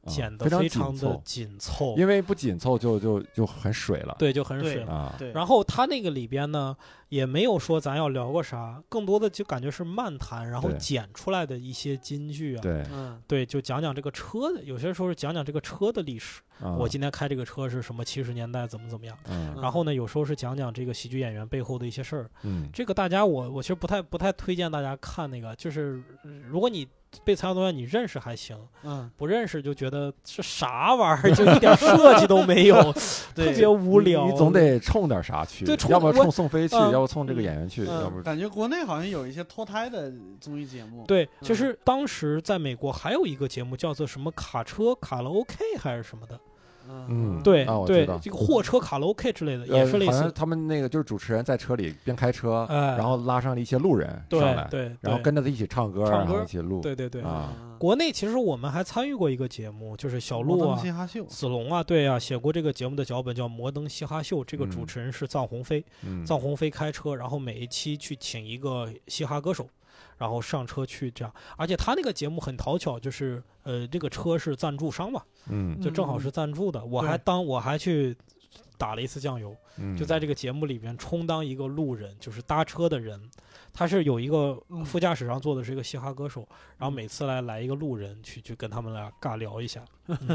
S3: 啊
S1: 剪得
S3: 非常
S1: 非常
S3: 紧
S1: 的
S3: 凑，
S1: 紧凑，
S3: 因为不紧凑就就就很水了，
S1: 对，就很
S2: 对
S1: 水了。
S3: 啊，
S2: 对，
S1: 然后他那个里边呢，也没有说咱要聊个啥，更多的就感觉是漫谈，然后
S3: 对
S1: 剪出来的一些金句啊。
S3: 对，
S2: 嗯
S1: 对就讲讲这个车的，有些时候是讲讲这个车的历史。
S3: 啊
S1: 我今天开这个车是什么七十年代怎么怎么样。
S3: 嗯
S1: 然后呢，有时候是讲讲这个喜剧演员背后的一些事儿。
S3: 嗯
S1: 这个大家我我其实不太不太推荐大家看那个，就是呃如果你被采访对象你认识还行，
S2: 嗯，
S1: 不认识就觉得是啥玩意儿，就一点设计都没有，特 别
S2: 对，
S1: 无
S3: 你
S1: 聊。
S3: 你总得冲点啥去，
S1: 对冲
S3: 要么
S1: 我
S3: 冲宋飞去，
S1: 嗯
S3: 要不冲这个演员去，
S1: 嗯
S3: 要不
S2: 感觉国内好像有一些脱胎的综艺节目。
S1: 对，
S2: 嗯
S1: 就是当时在美国还有一个节目叫做什么卡车卡拉 OK 还是什么的，
S3: 嗯
S1: 对、
S3: 啊我知
S1: 对
S3: 道，
S1: 这个货车卡拉 OK 之类的、也
S3: 呃
S1: 是类
S3: 好像
S1: 似，
S3: 他们那个就是主持人在车里边开车，
S1: 哎
S3: 然后拉上了一些路人上
S1: 对
S3: 来，
S1: 对
S3: 然后
S1: 对
S3: 跟着他一起唱歌，
S1: 唱歌
S3: 然后一起录，
S1: 对对对、
S2: 嗯
S3: 啊
S1: 国内其实我们还参与过一个节目，就是小鹿啊。
S2: 嘻哈秀，
S1: 子龙啊，对啊，写过这个节目的脚本叫《摩登嘻哈秀》，这个
S3: 嗯
S1: 主持人是臧鸿飞。
S3: 嗯，
S1: 臧鸿飞开车，然后每一期去请一个嘻哈歌手，然后上车去这样。而且他那个节目很讨巧，就是呃，这个车是赞助商嘛，
S3: 嗯
S1: 就正好是赞助的。我还
S2: 对
S1: 当我还去打了一次酱油，
S3: 嗯，
S1: 就在这个节目里边充当一个路人，就是搭车的人。他是有一个
S2: 嗯
S1: 副驾驶上坐的是一个嘻哈歌手，然后每次来来一个路人去去跟他们俩尬聊一下。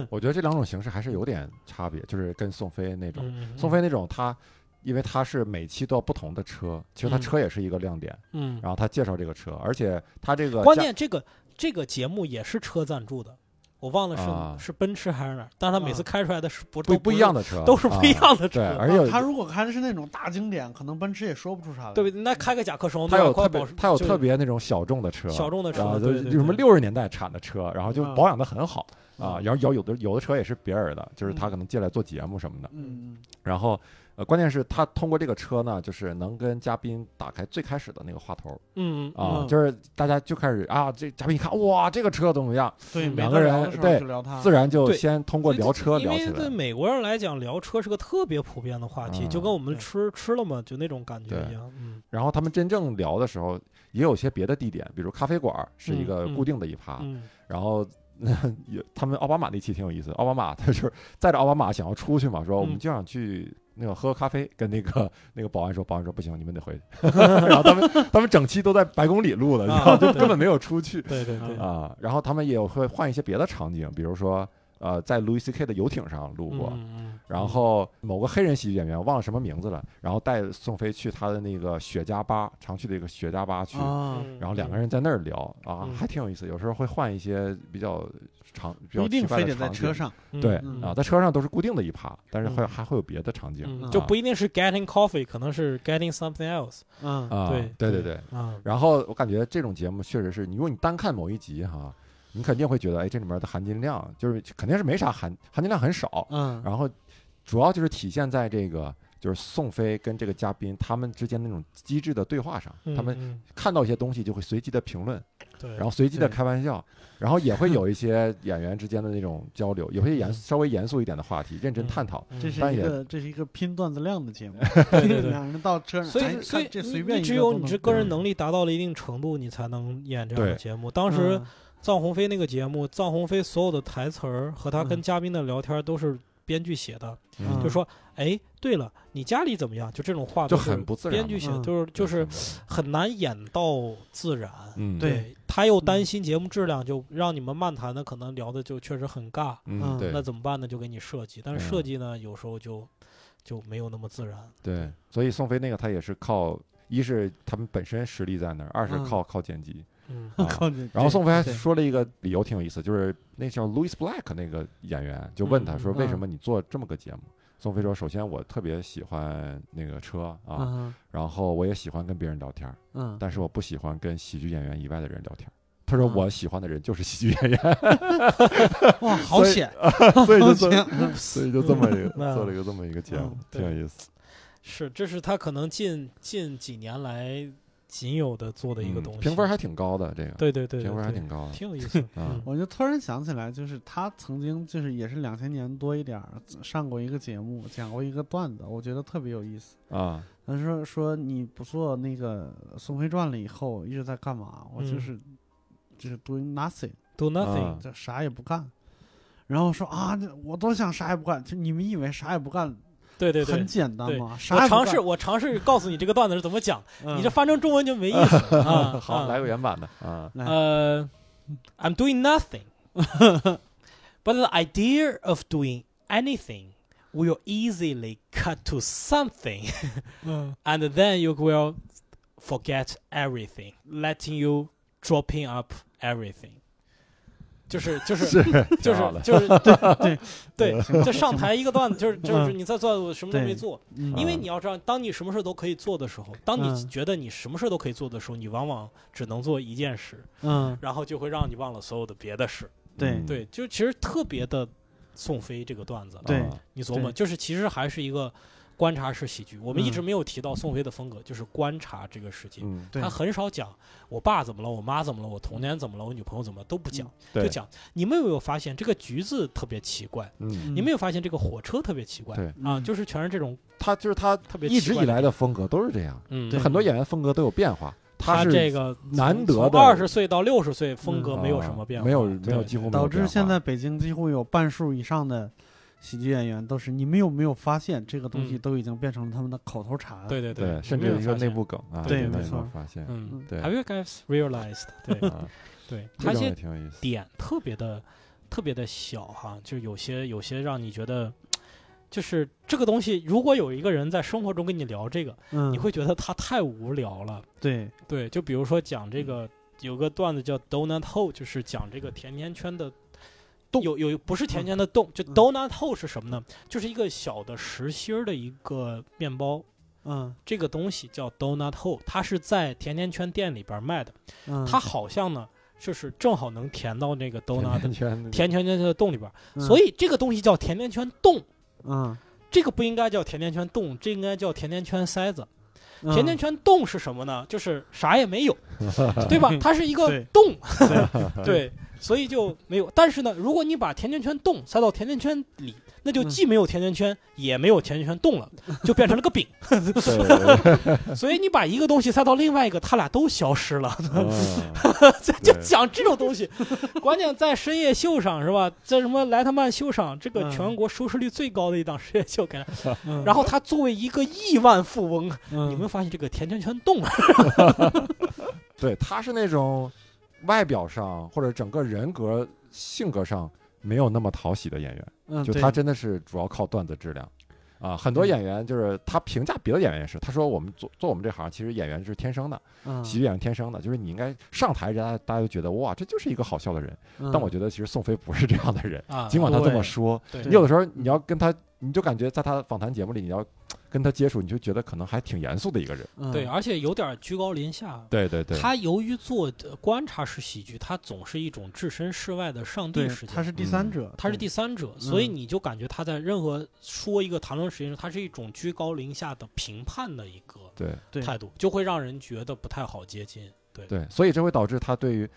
S3: 我觉得这两种形式还是有点差别，就是跟宋飞那种，
S1: 嗯，
S3: 宋飞那种他。因为他是每期都要不同的车，其实他
S1: 嗯
S3: 车也是一个亮点。
S1: 嗯，
S3: 然后他介绍这个车，而且他这个
S1: 关
S3: 价
S1: 键这个这个节目也是车赞助的，我忘了是、
S3: 啊
S1: 是奔驰还是哪儿，但是他每次
S2: 啊
S1: 开出来的是不
S3: 不
S1: 都不
S3: 一样的车，
S1: 都是不一
S3: 啊。
S1: 样的车，
S3: 对，而且有
S2: 他如果开的是那种大经典，可能奔驰也说不出啥来。
S1: 对不对？那开个甲壳虫，
S3: 他有特
S1: 快
S3: 别
S1: 保时，
S3: 他有
S1: 就
S3: 特别那种小众的车，
S1: 小众的
S3: 然后
S1: 车，
S3: 就
S1: 对
S3: 是
S1: 对
S3: 什么
S1: 对
S3: 六十年代产的车，然后就
S2: 嗯
S3: 保养的很好，啊，然后有有的有的车也是别人的，就是
S1: 嗯
S3: 他可能借来做节目什么的。
S2: 嗯
S3: 然后呃，关键是他通过这个车呢，就是能跟嘉宾打开最开始的那个话头
S1: 嗯
S3: 啊，
S2: 嗯
S3: 就是大家就开始啊，这嘉宾一看哇，这个车怎么样，
S2: 对，
S1: 嗯
S2: 没
S3: 两
S2: 得
S3: 个
S2: 聊
S3: 人
S2: 的时候
S3: 对
S2: 就聊他，
S3: 自然就
S1: 啊对
S3: 先通过聊车
S1: 因
S3: 聊起
S1: 为对
S3: 来。
S1: 美国人来讲，聊车是个特别普遍的话题，
S3: 嗯
S1: 就跟我们
S2: 对
S1: 吃吃了嘛，就那种感觉
S3: 对
S1: 一样。嗯
S3: 然后他们真正聊的时候，也有些别的地点，比如咖啡馆儿是一个
S1: 嗯嗯
S3: 固定的一趴，
S1: 嗯，
S3: 然后。 也，他们奥巴马那期挺有意思。奥巴马他就是载着奥巴马想要出去嘛，说我们
S1: 嗯
S3: 就想去那个喝个咖啡，跟那个 那个保安说，保安说不行，你们得回去。 然后他们 他们整期都在白宫里录的，
S1: 啊
S3: 你知道，就
S1: 对
S3: 根本没有出去
S1: 对对 对，
S3: 啊。然后他们也会换一些别的场景，比如说呃，在 Louis C.K. 的游艇上录过，
S1: 嗯
S3: 然后某个黑人喜剧演员忘了什么名字了，然后带宋飞去他的那个雪茄吧，常去的一个雪茄吧去，
S2: 啊，
S3: 然后两个人在那儿聊啊，
S1: 嗯
S3: 还挺有意思。有时候会换一些比较长、
S2: 不
S3: 比较
S2: 一
S3: 奇
S2: 定
S3: 怪
S2: 非
S3: 的
S2: 得在
S3: 场
S2: 车
S3: 景。
S2: 上，
S1: 嗯
S3: 对
S2: 嗯
S3: 啊，在车上都是固定的一趴，但是会
S1: 嗯
S3: 还会有别的场景
S1: 嗯
S2: 啊
S1: 就不一定是 getting coffee，可能是 getting something else。
S2: 嗯，
S3: 啊。
S1: 对对
S3: 对对。
S1: 啊，
S3: 然后我感觉这种节目确实是，你如果你单看某一集哈，你肯定会觉得，哎，这里面的含金量就是肯定是没啥含含金量很少，
S2: 嗯，
S3: 然后主要就是体现在这个就是宋飞跟这个嘉宾他们之间那种机智的对话上，
S1: 嗯
S3: 他们
S1: 嗯
S3: 看到一些东西就会随机的评论，
S1: 对，
S3: 然后随机的
S2: 对
S3: 开玩笑，然后也会有一些演员之间的那种交流，有些严稍微严肃一点的话题，认真
S1: 嗯
S3: 探讨。
S1: 嗯
S2: 这是
S3: 但
S2: 一
S3: 也
S2: 个这是一个拼段子量的节目，
S1: 对对对
S2: 两人到车上，
S1: 所
S2: 哎
S1: 以，所以
S2: 看这
S1: 你
S2: 随便
S1: 你
S2: 一
S1: 只
S2: 个
S1: 有
S2: 都
S1: 你
S2: 能
S1: 这个人
S3: 嗯
S1: 能力达到了一定程度，你才能演这样的
S3: 对
S1: 节目。当时
S2: 嗯
S1: 臧鸿飞那个节目，臧鸿飞所有的台词儿和他跟
S2: 嗯
S1: 嘉宾的聊天都是编剧写的，
S2: 嗯
S1: 就说：“哎，对了，你家里怎么样？”就这种话
S3: 就
S1: 都是
S3: 很不自然
S1: 编
S3: 嘛
S1: 剧写
S2: 嗯
S1: 的就是就是
S3: 是
S1: 很难演到自然。
S3: 嗯，
S2: 对
S1: 他又担
S2: 嗯
S1: 心节目质量，就让你们漫谈的可能聊的就确实很尬。
S3: 嗯
S2: 嗯
S3: 对
S1: 那怎么办呢？就给你设计，但是
S3: 嗯
S1: 设计呢，有时候就就没有那么自然。
S3: 对，所以宋飞那个他也是靠，一是他们本身实力在那儿，二是
S2: 嗯
S3: 靠靠剪辑。
S1: 嗯
S3: 啊
S2: 靠你，
S3: 然后宋飞还
S2: 对
S3: 说了一个理由挺有意思，就是那叫 Louis Black 那个演员就问他说
S2: 嗯
S3: 为什么你做这么个节目？宋飞说：“首先，我特别喜欢那个车啊，
S2: 嗯
S3: 然后我也喜欢跟别人聊天儿，
S2: 嗯，
S3: 但是我不喜欢跟喜剧演员以外的人聊天儿。”他说：“
S2: 嗯
S3: 我喜欢的人就是喜剧演员，
S2: 哇，好
S3: 所以呃
S2: 险，
S3: 所以
S2: 好
S3: 就这么，
S2: 险，
S3: 所以就这么一个
S1: 嗯
S3: 做了一个这么一个节目
S2: 嗯，
S3: 挺
S1: 对
S3: 有意思。
S1: 是，这是他可能近近几年来仅有的做的一个
S3: 嗯
S1: 东西。
S3: 评分还挺高的，这个
S1: 对对对，
S3: 评
S1: 对
S3: 分还
S1: 对
S3: 挺高的。
S1: 挺有意思的。
S3: 嗯
S2: 我就突然想起来，就是他曾经就是也是两千年多一点儿上过一个节目，讲过一个段子，我觉得特别有意思。
S3: 啊，
S2: 他说说你不做那个《宋飞传》了以后一直在干嘛？我就
S1: 嗯
S2: 是、就是 doing nothing，
S1: Do nothing，
S3: 嗯
S2: 就啥也不干。然后说啊，那我都想啥也不干，就你们以为啥也不干
S1: 对对对
S2: 很。简单吗？啥
S1: 我
S2: 也不
S1: 尝
S2: 干
S1: 试，我尝试告诉你这个段子是怎么讲，
S2: 嗯
S1: 你这翻成中文就没意思 了啊。
S3: 好，
S1: 啊
S3: 来个原版的啊，
S2: 来、
S1: 呃，I'm doing nothing, but the idea of doing anything will easily cut to something,
S2: 嗯
S1: and then you will forget everything, letting you dropping up everything。就是就是 就是
S3: 挺好的
S1: 就是对对
S2: 行
S1: 对，
S2: 吧
S1: 这上台一个段子 就是就是
S2: 嗯
S1: 你在做什么都
S2: 对
S1: 没做，
S2: 嗯
S1: 因为你要知道，当你什么事都可以做的时候，当你
S2: 嗯
S1: 觉得你什么事都可以做的时候，你往往只能做一件事，
S2: 嗯
S1: 然后就会让你忘了所有的别的事。
S2: 对
S3: 嗯
S1: 对，就其实特别的宋飞这个段子，
S2: 对
S3: 啊
S1: 你琢磨，
S2: 对
S1: 就是其实还是一个观察式喜剧。我们一直
S2: 嗯
S1: 没有提到宋飞的风格，就是观察这个世界。
S3: 嗯，
S2: 对
S1: 他很少讲我爸怎么了，我妈怎么了，我童年怎么了，我女朋友怎么了都不讲，
S3: 嗯对
S1: 就讲你们有没有发现这个橘子特别奇怪？
S3: 嗯，
S1: 你们有发现这个火车特别奇怪？
S3: 对
S1: 啊，
S2: 嗯
S1: 就是全是这种
S3: 他就是他
S1: 特别
S3: 一直
S1: 奇怪
S3: 以
S1: 的
S3: 来的风格都是这样，
S1: 嗯
S2: 对，
S3: 很多演员风格都有变化，
S1: 他
S3: 是
S1: 这个
S3: 难得的
S1: 二十岁到六十岁风格
S3: 啊
S1: 没有什么变化，
S3: 没有没有
S1: 对
S3: 几乎没有
S2: 导致
S3: 变化
S2: 现在北京几乎有半数以上的喜剧演员都是，你们有没有发现这个东西
S1: 嗯
S2: 都已经变成了他们的口头禅？，
S1: 对对
S3: 对，甚
S1: 没
S3: 至
S1: 有
S3: 有一个
S1: 发
S3: 内
S1: 现
S3: 部梗啊，
S1: 对
S3: 有
S1: 没
S3: 没有
S2: 错
S3: 发现？
S1: 嗯
S3: 对
S1: ，Have you guys realized？对
S3: 啊，
S1: 对，
S3: 这
S1: 他一
S3: 种也
S1: 些
S3: 挺有意思。
S1: 点特别的特别的小哈，就有些有些让你觉得。就是这个东西，如果有一个人在生活中跟你聊这个，
S2: 嗯，
S1: 你会觉得他太无聊了。
S2: 对，
S1: 对，就比如说讲这个，有个段子叫 “donut hole”，就是讲这个甜甜圈的洞，有有不是甜甜圈的洞，就
S2: 嗯
S1: donut hole 是什么呢？就是一个小的实心儿的一个面包，
S2: 嗯
S1: 这个东西叫 donut hole，它是在甜甜圈店里边卖的。
S2: 嗯，
S1: 它好像呢就是正好能填到那个 Dona 的
S3: 甜圈那个
S1: 甜甜圈的洞里边儿，
S2: 嗯
S1: 所以这个东西叫甜甜圈洞，
S2: 嗯，
S1: 这个不应该叫甜甜圈洞，这应该叫甜甜圈塞子。
S2: 嗯
S1: 甜甜圈洞是什么呢？就是啥也没有，对吧？它是一个
S2: 对
S1: 洞，对，所以就没有。但是呢，如果你把甜甜圈洞塞到甜甜圈里，那就
S2: 嗯
S1: 既没有甜甜圈，也没有甜甜圈洞了，就变成了个饼。
S3: 对对 对
S1: 所以你把一个东西塞到另外一个，它俩都消失了。
S3: 嗯
S1: 就
S3: 对
S1: 讲这种东西，关键在深夜秀上是吧？在什么莱特曼秀上，这个
S2: 嗯
S1: 全国收视率最高的一档深夜秀，给他。
S2: 嗯
S1: 然后他作为一个亿万富翁，啊
S2: 嗯
S1: 你们发现这个甜甜圈动了？
S3: 对，他是那种外表上或者整个人格性格上没有那么讨喜的演员，
S2: 嗯
S3: 就
S2: 对
S3: 他真的是主要靠段子质量。啊，很多
S2: 嗯
S3: 演员就是他评价别的演员也是，他说我们做做我们这行，其实演员是天生的，
S2: 嗯
S3: 喜剧演员天生的，就是你应该上台，人家大家就觉得哇，这就是一个好笑的人。
S2: 嗯
S3: 但我觉得其实宋飞不是这样的人，
S1: 啊
S3: 尽管他这
S2: 对嗯
S3: 么说，
S1: 对
S3: 你有的时候你要跟他，你就感觉在他访谈节目里，你要跟他接触，你就觉得可能还挺严肃的一个人。
S2: 嗯
S1: 对，而且有点居高临下。啊
S3: 对对对，
S1: 他由于做的观察式喜剧，他总是一种置身事外的上帝
S2: 对
S1: 视，角
S2: 他。是第三者，
S1: 嗯他是
S2: 对
S1: 第三者，所以
S2: 嗯
S1: 你就感觉他在任何说一个谈论实验中，他是一种居高临下的评判的一个
S3: 对
S2: 对
S1: 态度，就会让人觉得不太好接近。对，
S3: 对，所以这会导致他对于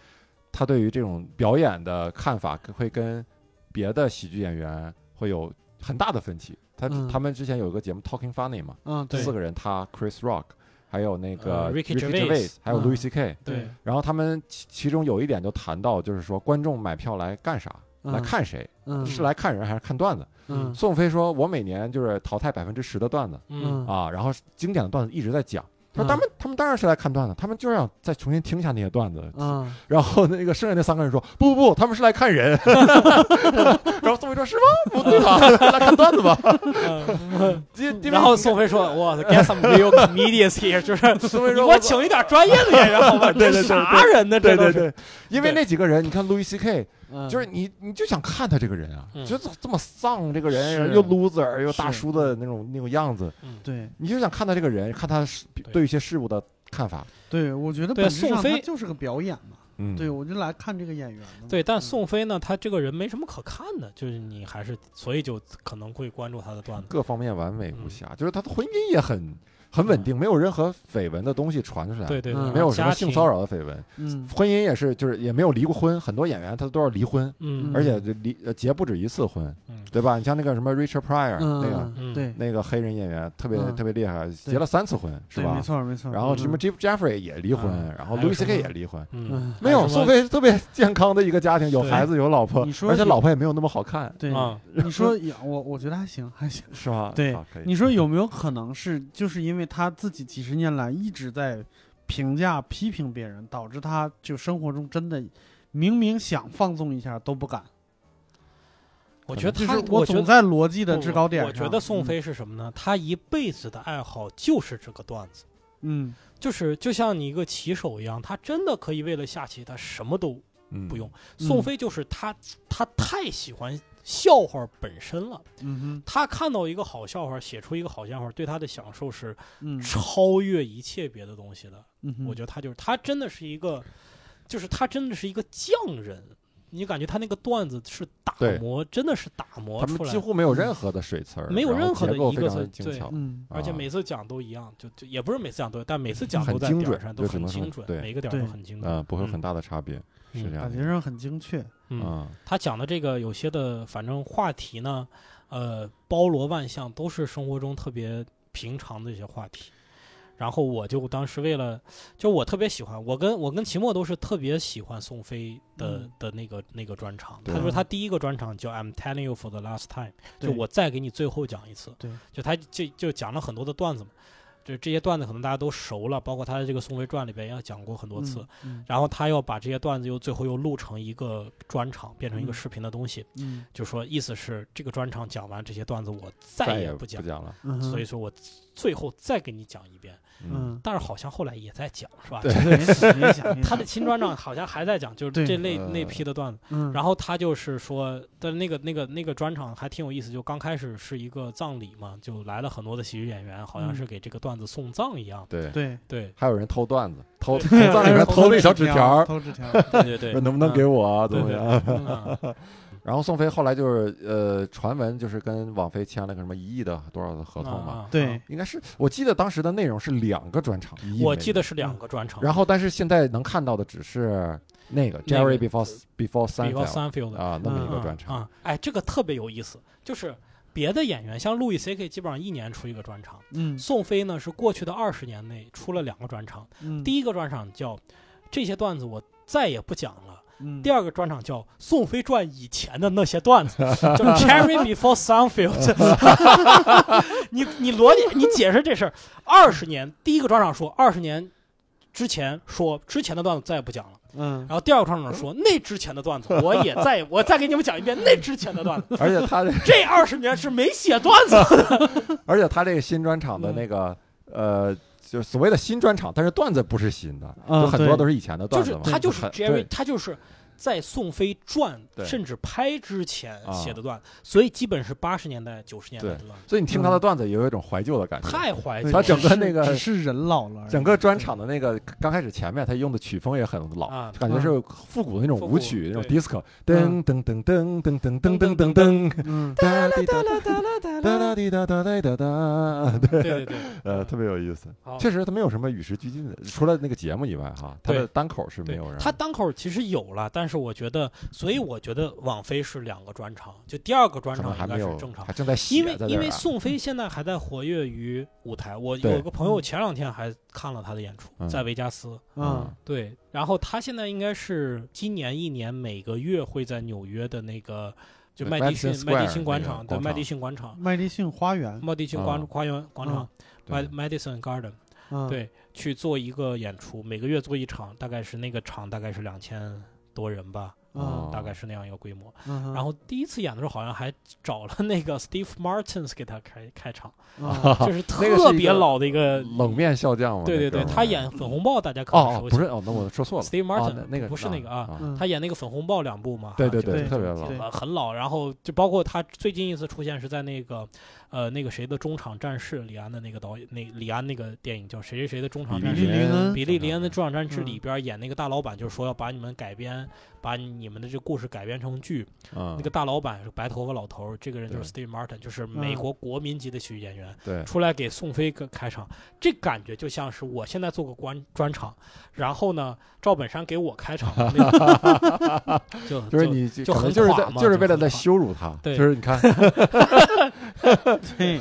S3: 他对于这种表演的看法会跟别的喜剧演员会有很大的分歧。他、
S2: 嗯
S3: 他们之前有一个节目《Talking Funny》嘛，
S2: 嗯对
S3: 四个人，他 Chris Rock，还有那个
S1: 呃，Ricky Gervais
S3: Gervais，还有
S2: 嗯
S3: Louis C.K.，、
S1: 对
S3: 然后他们其其中有一点就谈到，就是说观众买票来干啥？来
S2: 嗯
S3: 看谁？
S2: 嗯
S3: 是来看人还是看段子？
S2: 嗯
S3: 宋飞说：“我每年就是淘汰百分之十的段子
S1: 嗯，
S3: 啊，然后经典的段子一直在讲。”
S2: 嗯
S3: 他说：“他们他们当然是来看段子，他们就是想再重新听一下那些段子。
S2: 嗯”
S3: 然后那个剩下那三个人说：“不不不，他们是来看人。” 然后宋飞说：“是吗？不对吧？ 来看段子吧。
S1: 嗯
S3: 因”因为
S1: 然后宋飞说：“我 get some real comedians here，就是
S3: 宋飞
S1: 你给
S3: 说：“
S1: 我请一点专业的 演员好吗？
S3: 对对
S1: 这
S3: 对
S1: 啥人呢？
S3: 对
S1: 这
S3: 对
S1: 都
S3: 对，因为
S1: 对
S3: 那几个人，你看 Louis C.K.
S2: 嗯，
S3: 就是你，你就想看他这个人啊，
S1: 嗯
S3: 就怎这么丧，这个人
S2: 是
S3: 又 loser 又大
S2: 是
S3: 叔的那种那种样子，
S2: 对
S3: 你就想看他这个人，看他是
S1: 对
S3: 对一些事物的看法。
S2: 对，我觉得
S1: 对
S2: 本质
S1: 宋
S2: 上他
S1: 飞
S2: 就是个表演嘛，
S3: 嗯
S2: 对我就来看这个演员嘛，
S1: 对，但
S2: 嗯
S1: 宋飞呢，他这个人没什么可看的，就是你还是所以就可能会关注他的段子。
S3: 各方面完美
S1: 嗯
S3: 无瑕，就是他的婚姻也很很稳定，没有任何绯闻的东西传出来，
S1: 对对对，
S2: 嗯
S3: 啊没有什么
S1: 家
S3: 性
S1: 庭
S3: 骚。扰的绯闻，
S2: 嗯
S3: 婚姻也是就是也没有离过婚，很多演员他都要离婚，
S1: 嗯，
S3: 而且就离呃结不止一次婚
S1: 嗯，
S3: 对吧？你像那个什么 Richard Pryor 那个
S2: 嗯
S1: 嗯
S2: 对
S3: 那个黑人演员特别
S2: 嗯
S3: 特别厉害，结了三次婚是
S2: 对，
S3: 吧
S2: 没？错没错，
S3: 然后什么
S2: 嗯
S3: Jeff Jeffrey 也离婚，
S1: 嗯
S3: 然后
S1: 还有
S3: Louis
S1: 什
S3: C.K.
S1: 么
S3: 也离婚，
S1: 嗯
S2: 嗯，
S3: 没有
S1: 还有什么
S3: 宋飞是特别健康的一个家庭，有
S1: 对
S3: 孩子有老婆，
S2: 你说
S3: 而且
S2: 有
S3: 老婆也没有那么好看，
S2: 对，
S1: 啊，
S2: 你说也我我觉得还行还行。
S3: 是吧？
S2: 对
S3: 好，可以
S2: 你说有没有可能是，就是因为他自己几十年来一直在评价、批评别人，导致他就生活中真的明明想放纵一下都不敢。
S1: 我觉
S2: 就
S1: 得
S2: 是
S1: 他，
S2: 我
S1: 觉得
S2: 总在逻辑的
S1: 不
S2: 制高点
S1: 我
S2: 上
S1: 觉
S3: 啊
S1: 得宋
S2: 嗯
S1: 飞是什么呢？他一辈子的爱好就是这个段子，
S2: 嗯
S1: 就是就像你一个棋手一样，他真的可以为了下棋，他什么都
S3: 嗯
S1: 不用。宋飞就是他，他太喜欢笑话本身了。
S2: 嗯
S1: 他看到一个好笑话，写出一个好笑话，对他的享受是
S2: 哼嗯
S1: 超越一切别的东西的。
S2: 嗯哼，
S1: 我觉得他就是他真的是一个，就是他真的是一个匠人。你感觉他那个段子是打
S3: 对
S1: 磨，真的是打磨
S3: 他
S1: 出
S3: 们
S1: 来
S3: 几
S1: 的。
S3: 乎没有任何的水词儿，
S1: 没有
S3: 然后
S1: 任何的
S3: 结构
S1: 一
S3: 非
S1: 个
S3: 常
S1: 字
S3: 精
S1: 对
S3: 巧，
S2: 嗯
S1: 而且
S3: 啊
S1: 每次讲都一样，就就也不是每次讲都，但每次讲
S3: 很
S1: 都在
S3: 精
S1: 点儿
S3: 准
S1: 上，
S3: 就
S1: 都
S3: 只能说
S1: 精准，
S3: 对
S1: 每个点儿
S2: 对
S1: 都很精准，
S3: 嗯，不会有
S1: 嗯
S3: 很大的差别，是这样
S2: 感
S3: 的
S2: 觉上很精确。
S1: 嗯
S3: 嗯
S1: 他讲的这个有些的，反正话题呢，呃，包罗万象，都是生活中特别平常的一些话题。然后我就当时为了，就我特别喜欢，我跟我跟齐墨都是特别喜欢宋飞的、
S2: 嗯啊
S1: 的那个那个专场。
S3: 对
S1: 他说他第一个专场叫《I'm Telling You for the Last Time》，
S2: 对
S1: 就我再给你最后讲一次。
S2: 对，
S1: 就他就就讲了很多的段子嘛，就是这些段子可能大家都熟了，包括他的这个《宋飞传》里边也讲过很多次。
S2: 嗯，
S1: 然后他要把这些段子又最后又录成一个专场，变成一
S2: 嗯
S1: 个视频的东西，
S2: 嗯
S1: 就说意思是这个专场讲完这些段子我
S3: 再
S1: 再也
S3: 不
S1: 讲，
S3: 讲了，
S2: 嗯，
S1: 所以说我最后再给你讲一遍。
S2: 嗯，
S1: 但是好像后来也在讲，是吧？
S3: 对
S2: 对，也想 也
S1: 他
S2: 想
S1: 的新专场好像还在讲，就是
S2: 对
S1: 这类
S3: 呃
S1: 那批的段子。
S2: 嗯，
S1: 然后他就是说，但那个那个那个专场还挺有意思，就刚开始是一个葬礼嘛，就来了很多的喜剧演员，好像
S2: 嗯
S1: 是给这个段子送葬一样的。
S3: 对，
S2: 对，
S1: 对
S3: 还有人偷 段子，偷
S1: 对
S3: 从葬里面偷那小纸条儿，
S2: 偷纸条儿，
S1: 对对
S3: 说
S1: 对，
S3: 能不能给我啊？怎
S1: 嗯对
S3: 么
S1: 对
S3: 样？
S1: 嗯
S3: 然后宋飞后来就是呃，传闻就是跟网飞签了个什么一亿的多少的 合同嘛，
S1: 啊
S2: 对，
S3: 应该是我记得当时的内容是两个专场，一亿
S1: 我
S3: 美
S1: 记
S3: 元。
S1: 得是两个专场，
S3: 嗯然后，但是现在能看到的只是那个
S1: 那个
S3: Jerry Before Before
S1: 比方
S3: Sunset
S1: Sunfield
S3: 啊，那么一
S2: 嗯
S3: 个专场。
S1: 啊、哎，这个特别有意思，就是别的演员像路易 C K 基本上一年出一个专场，
S2: 嗯
S1: 宋飞呢是过去的二十年内出了两个专场，
S2: 嗯，
S1: 第一个专场叫这些段子我再也不讲了。
S2: 嗯
S1: 第二个专场叫《宋飞传》以前的那些段子，叫《Cherry Before Sunfield》。你你逻辑，你解释这事儿。二十年，第一个专场说二十年之前说之前的段子再也不讲了，
S2: 嗯
S1: 然后第二个专场说那之前的段子我也再 我再给你们讲一遍那之前的段子。
S3: 而且他这，
S1: 这二十年是没写段子，
S3: 而且他这个新专场的那个呃，就是所谓的新专场，但是段子不是新的，
S2: 嗯
S3: 就很多
S2: 对
S3: 都是以前的
S1: 就
S3: 段子
S1: 是
S3: 嘛。
S1: 他就是
S3: 很
S1: Jerry，他就是在宋飞传
S3: 对
S1: 甚至拍之前
S3: 啊
S1: 写的段，子，所以基本是八十年代九十年代的段，子，
S3: 所以你听他的段子也有一种怀旧的感觉。
S1: 太怀旧了。
S2: 对
S3: 他整
S2: 只
S3: 个
S2: 是
S3: 那个
S2: 只是人老了而已，
S3: 整个专场的那个刚开始前面，他用的曲风也很老，
S1: 啊，
S3: 感觉是复古的那种舞曲，那种 disco，噔噔噔噔噔噔噔噔噔噔，
S2: 嗯
S3: 哒滴哒哒哒哒滴哒哒哒哒哒，对，
S1: 对对对，
S3: 呃，特别有意思。
S1: 好
S3: 确实，他没有什么与时俱进的，除了那个节目以外，哈，他
S1: 对
S3: 的单口是没
S1: 对
S3: 有人。
S1: 他单口其实有了，但是我觉得，所以我觉得网飞是两个专场，就第二个专
S3: 可能
S1: 场
S3: 还
S1: 应
S3: 没
S1: 该
S3: 有
S1: 是正，常
S3: 还。正在写
S1: 因为
S3: 在这
S1: 因
S3: 儿
S1: 为
S3: 啊
S1: 宋飞现在还在活跃于舞台，我
S3: 对
S1: 有个朋友前两天还看了他的演出，
S3: 嗯
S1: 在维加斯。
S2: 嗯，
S1: 对，然后他现在应该是今年一年每个月会在纽约的那个就
S3: 对
S1: 麦迪
S3: Madison
S1: 逊麦迪
S3: Square
S1: 逊广
S3: 那个
S1: 场，对
S3: 广
S1: 麦
S3: 场
S1: 迪逊广
S3: 嗯
S1: 场，
S2: 麦迪逊花园，
S1: 麦迪逊
S3: 啊
S1: 广花园广场
S3: 对
S1: Mad Madison Garden，
S2: 嗯，
S1: 对，去做一个演出，每个月做一场，大概是那个场大概是两千多人吧，
S3: 哦
S2: 嗯，
S1: 大概是那样一个规模。
S2: 嗯，
S1: 然后第一次演的时候，好像还找了那个 Steve Martins 给他开开场，
S2: 啊，
S1: 就是
S3: 那个
S1: 特
S3: 是一
S1: 别
S3: 个
S1: 老的一个，
S3: 冷面笑匠嘛，
S1: 对对对，
S3: 那哥们儿
S1: 他演粉红豹，大家可能
S3: 哦哦
S1: 熟悉。
S3: 不是哦，那我说错了
S1: Steve
S3: 啊
S1: Martin，
S3: 那那个
S1: 不是那个啊，
S2: 嗯
S1: 他演那个粉红豹两部嘛，
S3: 对
S1: 哈
S3: 对
S1: 就
S3: 对，
S1: 是
S3: 特别老
S2: 对，
S1: 呃很老，然后就包括他最近一次出现是在那个，呃，那个谁的中场战士，李安的那个导演，那李安那个电影叫谁谁谁的中场战
S2: 利
S1: 士，
S2: 林恩
S1: 比利林恩的《中场战士》
S2: 嗯
S1: 里边演那个大老板，就是说要把你们改编，把你们的这故事改编成剧。
S3: 嗯
S2: 啊
S3: 嗯
S1: 那个大老板是白头发老头儿，这个人就是 Steve Martin，就是美国国民级的喜剧演员，
S3: 对
S1: 出来给宋飞个开场，这感觉就像是我现在做个专专场，然后呢，赵本山给我开场的那种， 就
S3: 就是你
S1: 就
S3: 可能
S1: 很
S3: 就是
S1: 垮
S3: 在
S1: 嘛
S3: 就是
S1: 就
S3: 为了
S1: 很
S3: 在
S1: 垮
S3: 羞辱他，就
S1: 对
S3: 是 你看
S2: 对，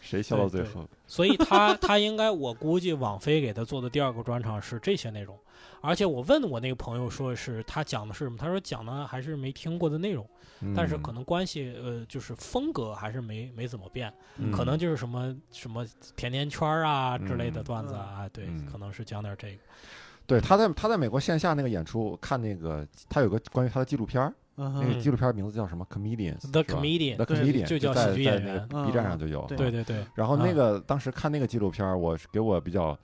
S3: 谁笑到最
S1: 对
S3: 后，
S1: 所以他他应该，我估计网飞给他做的第二个专场是这些内容，而且我问我那个朋友说是他讲的是什么，他说讲的还是没听过的内容，但是
S3: 嗯
S1: 可能关系呃就是风格还是没没怎么变，
S3: 嗯
S1: 可能就是什么什么甜甜圈啊之类的
S3: 嗯
S1: 段子啊，对
S3: 嗯，
S1: 可能是讲点这个，
S3: 对他在他在美国线下那个演出，看那个他有个关于他的纪录片儿，
S2: 嗯
S3: 那个
S2: 哼，
S3: 纪录片儿名字叫什么？Comedians
S1: The
S3: 是吧
S1: Comedian
S3: The
S2: 对
S3: Comedian
S1: 就叫
S3: 在
S1: 喜剧
S3: 在
S1: 演
S3: 那
S1: 员嗯
S3: 个 B 站上就有，
S2: 对
S1: 对对对，
S3: 然后那
S1: 嗯
S3: 个、当时看那个纪录片儿，我是给我比较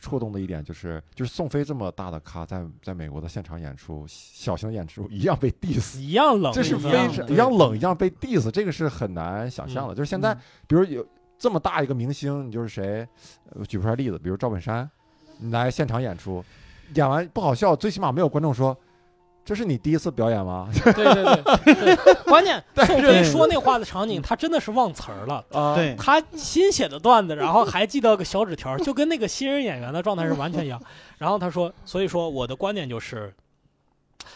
S3: 触动的一点就是，就是宋飞这么大的咖在在美国的现场演出，小型演出一样被 diss，
S1: 一样冷，
S3: 这是
S1: 一
S3: 非
S1: 样
S3: 常
S1: 对嗯
S3: 一样冷一样被 diss，这个是很难想象的。就是现在，
S2: 嗯
S3: 比如有这么大一个明星，你就是谁，呃举不出来例子，比如赵本山，你来现场演出，演完不好笑，最起码没有观众说。这是你第一次表演吗？
S1: 对对对对，关键
S3: 但
S1: 宋
S3: 是
S1: 飞说那话的场景，他真的是忘词儿了。
S3: 啊，
S2: 对，
S1: 他新写的段子，然后还记得个小纸条，就跟那个新人演员的状态是完全一样。然后他说：“所以说我的观点就是，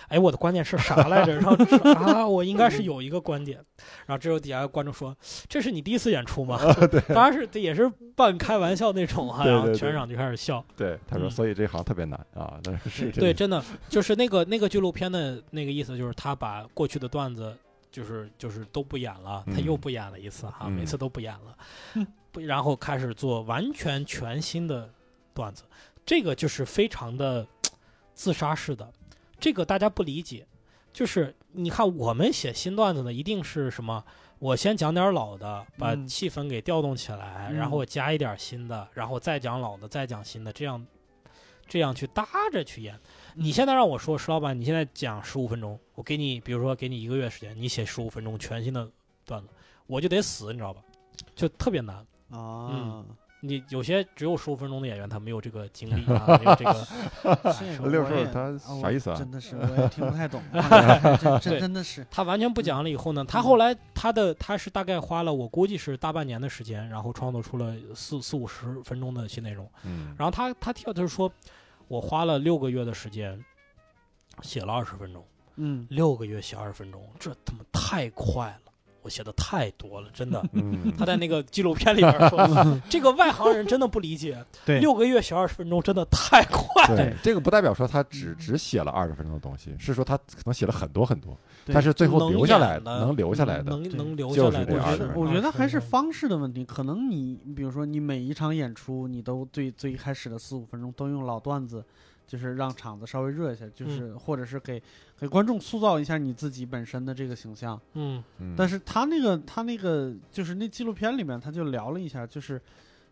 S1: 哎，我的观点是啥来着？”然后说啊，我应该是有一个观点。然后这时候底下观众说：“这是你第一次演出吗？”当然是也是半开玩笑那种啊。
S3: 啊对对
S1: 然后
S3: 对
S1: 全场就开始笑。
S3: 对，他说，
S1: 嗯
S3: 所以这行特别难啊，但是是这
S1: 对，
S3: 个
S1: 真的就是那个那个纪录片的那个意思，就是他把过去的段子，就是就是都不演了，他
S3: 嗯
S1: 又不演了一次哈，
S3: 嗯
S1: 每次都不演了
S2: 嗯，
S1: 不然后开始做完全全新的段子，这个就是非常的自杀式的，这个大家不理解，就是你看我们写新段子呢，一定是什么？我先讲点老的，把
S2: 嗯
S1: 气氛给调动起来，
S2: 嗯
S1: 然后我加一点新的，然后再讲老的，再讲新的，这样这样去搭着去演。你
S2: 嗯
S1: 现在让我说，石老板，你现在讲十五分钟，我给你，比如说给你一个月时间，你写十五分钟全新的段子，我就得死，你知道吧？就特别难。
S3: 嗯
S2: 啊，
S1: 你有些只有十五分钟的演员，他没有这个精力啊，没有 这个。 哎
S2: 这
S1: 是
S2: 个
S3: 六
S2: 我
S3: 兽
S2: 也
S3: 他
S2: 啊我
S3: 啥意思啊
S2: 真的是我也听不太懂， 啊真真
S1: 对
S2: 真的是，
S1: 他完全不讲了以后呢，
S2: 嗯
S1: 他后来他的他是大概花了我估计是大半年的时间，然后创作出了四四五十分钟的新内容。
S3: 嗯，
S1: 然后他他提到就是说，我花了六个月的时间，写了二十分钟，
S2: 嗯，
S1: 六个月写二十分钟，这他妈太快了，我写的太多了，真的。
S3: 嗯，
S1: 他在那个纪录片里边 说，这个外行人真的不理解，
S2: 对，
S1: 六个月写二十分钟真的太快了。
S3: 对
S2: 对，
S3: 这个不代表说他只
S2: 嗯
S3: 只写了二十分钟的东西，是说他可能写了很多很多，
S2: 对
S3: 但是最后
S1: 能
S3: 留下
S1: 演
S3: 来
S1: 的嗯
S3: 能留下来的，
S1: 能
S2: 对
S1: 能留
S3: 就
S1: 下来
S3: 是这
S1: 的嗯
S2: 我
S3: 样
S2: 觉
S1: 是
S2: 得
S3: 的人
S2: 我觉得还是
S1: 20分钟
S2: 方式的问题，可能你比如说你每一场演出，你都最最一开始的四五分钟都用老段子，就是让场子稍微热一下，就是、或者是给给观众塑造一下你自己本身的这个形象。
S1: 嗯
S3: 嗯
S2: 但是他那个他那个就是那纪录片里面他就聊了一下，就是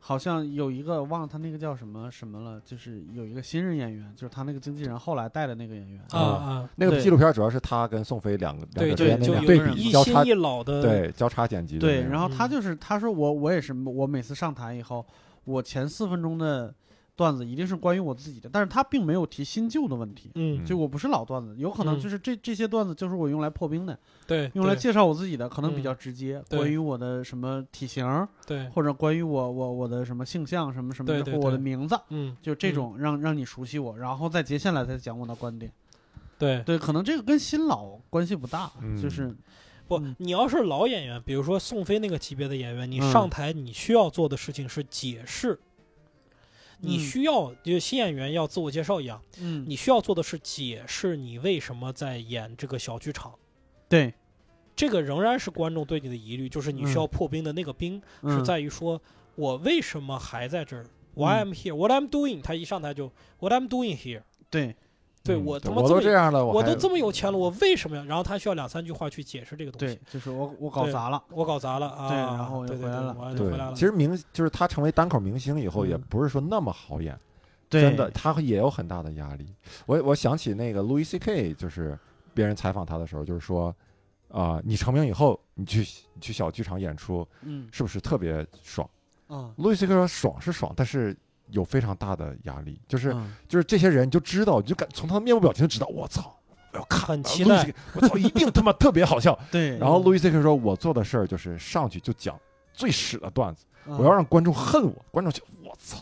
S2: 好像有一个忘了他那个叫什么什么了，就是有一个新人演员，就是他那个经纪人后来带的那个演员。
S1: 啊啊，
S3: 那个
S2: 对
S3: 纪录片主要是他跟宋飞两个两
S1: 对
S3: 个
S2: 对
S3: 之间的
S1: 就
S3: 两
S1: 有
S3: 对
S2: 个人
S3: 比
S1: 一
S3: 交叉
S1: 新一老的
S3: 对交叉剪辑的那
S2: 对，
S3: 种，
S2: 然后他
S1: 嗯
S2: 就是他说我我也是我每次上台以后，我前四分钟的段子一定是关于我自己的，但是他并没有提新旧的问题，
S1: 嗯，
S2: 就我不是老段子，有可能
S1: 嗯
S2: 就是这这些段子就是我用来破冰的，
S1: 对，
S2: 用来
S1: 对
S2: 介绍我自己的，可能
S1: 嗯
S2: 比较直接，
S1: 对
S2: 关于我的什么体型儿，
S1: 对，
S2: 或者关于我我我的什么性向什么什么
S1: 对
S2: 的，
S1: 对
S2: 或我的
S1: 对
S2: 名字。
S1: 嗯，
S2: 就这
S1: 嗯
S2: 种让让你熟悉我，然后再接下来再讲我的观点。
S1: 对。
S2: 对，可能这个跟新老关系不大，就
S3: 嗯
S2: 是
S1: 不
S2: 嗯，
S1: 你要是老演员，比如说宋飞那个级别的演员，你
S2: 嗯
S1: 上台你需要做的事情是解释，你
S2: 嗯
S1: 需要就新演员要自我介绍一样，
S2: 嗯，
S1: 你需要做的是解释你为什么在演这个小剧场。
S2: 对
S1: 这个仍然是观众对你的疑虑，就是你需要破冰的那个冰是
S2: 嗯
S1: 在于说，我为什么还在这儿？Why
S2: 嗯
S1: I'm here? What I'm doing? 他一上台就 What I'm doing here？
S2: 对
S1: 对
S3: 嗯
S1: 我他妈
S3: 我
S1: 这
S3: 都
S1: 么
S3: 这样了，
S1: 我
S3: 还
S1: 都这么有
S2: 嗯
S1: 钱了，我为什么要？然后他需要两三句话去解释这个东
S2: 对
S1: 西。，
S2: 就是我我搞
S1: 对
S2: 砸了。
S1: 我搞砸了啊！
S2: 对然后我就
S1: 对对
S2: 回来
S1: 对
S2: 了
S1: 我就
S3: 对
S1: 回来了。
S3: 其实明就是他成为单口明星以后，也
S2: 嗯
S3: 不是说那么好演，
S2: 对
S3: 真的，他也有很大的压力。我我想起那个 Louis C K，就是别人采访他的时候，就是说，啊、你成名以后，你去你去小剧场演出，
S2: 嗯
S3: 是不是特别爽
S2: 啊，
S3: ？Louis C K 说爽是爽，但是有非常大的压力，就是、
S2: 嗯
S3: 就是这些人你就知道，你就感从他的面部表情就知道，我操，我要看，
S1: 很
S3: 啊
S1: 期
S3: Louis
S1: 待
S3: CK 我操，一定他妈特别好笑。
S2: 对，
S3: 然后 Louis C K 说，我做的事儿就是上去就讲最屎的段子。
S2: 嗯
S3: 我要让观众恨我，观众就我操，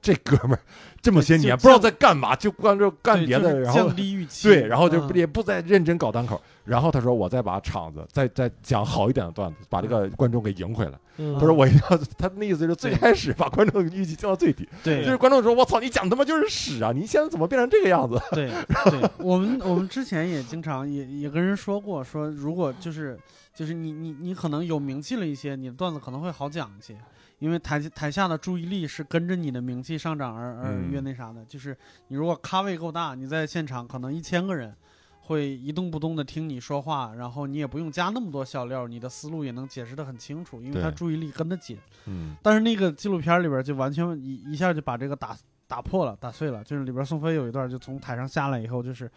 S3: 这哥们儿这么些
S2: 对就
S3: 年不知道在干嘛，就观众干
S2: 对
S3: 别
S2: 就
S3: 的，
S2: 是
S3: 然后
S2: 降低预期，
S3: 对，然后就
S2: 嗯
S3: 也不再认真搞单口。然后他说我再把场子再再讲好一点的段子，把这个观众给赢回来。
S1: 嗯
S3: 他说我一定要，他那意思就是最
S2: 对
S3: 开始把观众预期降到最低，就
S2: 对
S3: 是观众说我操，你讲他妈就是屎啊！你现在怎么变成这个样子？
S2: 对 对，我们我们之前也经常也也跟人说过，说如果就是就是你你你可能有名气了一些，你的段子可能会好讲一些。因为台台下的注意力是跟着你的名气上涨而而
S3: 嗯
S2: 越那啥的，就是你如果咖位够大，你在现场可能一千个人会一动不动的听你说话，然后你也不用加那么多笑料，你的思路也能解释的很清楚，因为他
S3: 对
S2: 注意力跟得紧。
S3: 嗯
S2: 但是那个纪录片里边就完全一一下就把这个打打破了，打碎了。就是里边宋飞有一段就从台上下来以后，就是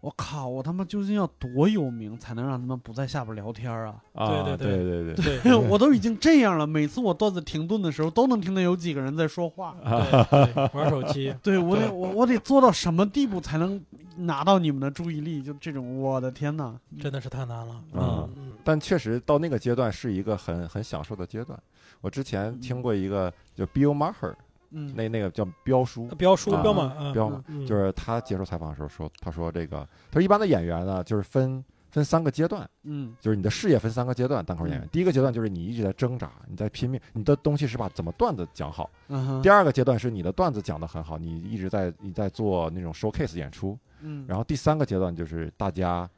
S2: 我靠，我他妈究竟要多有名才能让他们不在下边聊天 啊？哎
S3: 啊，
S1: 对对
S3: 对
S1: 对
S3: 对对
S1: 对对
S2: 我都已经这样了，每次我段子停顿的时候都能听到有几个人在说 话。
S1: 对玩手机，
S2: 对我得我我得做到什么地步才能拿到你们的注意力？就这种，我的天哪！
S1: 真的是太难 了。
S3: 嗯
S1: 嗯
S3: 但确实到那个阶段是一个很很享受的阶段。我之
S1: 嗯
S3: 前听过一个叫 Bill Maher，
S2: 嗯，
S3: 那那个叫彪叔
S1: 嗯，，标书
S3: 啊
S1: 标满啊，
S3: 彪嘛，
S1: 嗯
S3: 就是他接受采访的时候说，他说这个，他说一般的演员呢，就是分分三个阶段，
S2: 嗯
S3: 就是你的事业分三个阶段，单口
S1: 嗯
S3: 演员。第一个阶段就是你一直在挣扎，你在拼命，你的东西是把怎么段子讲好。
S2: 嗯哼
S3: 第二个阶段是你的段子讲得很好，你一直在你在做那种 showcase 演出。
S2: 嗯，
S3: 然后第三个阶段就是大家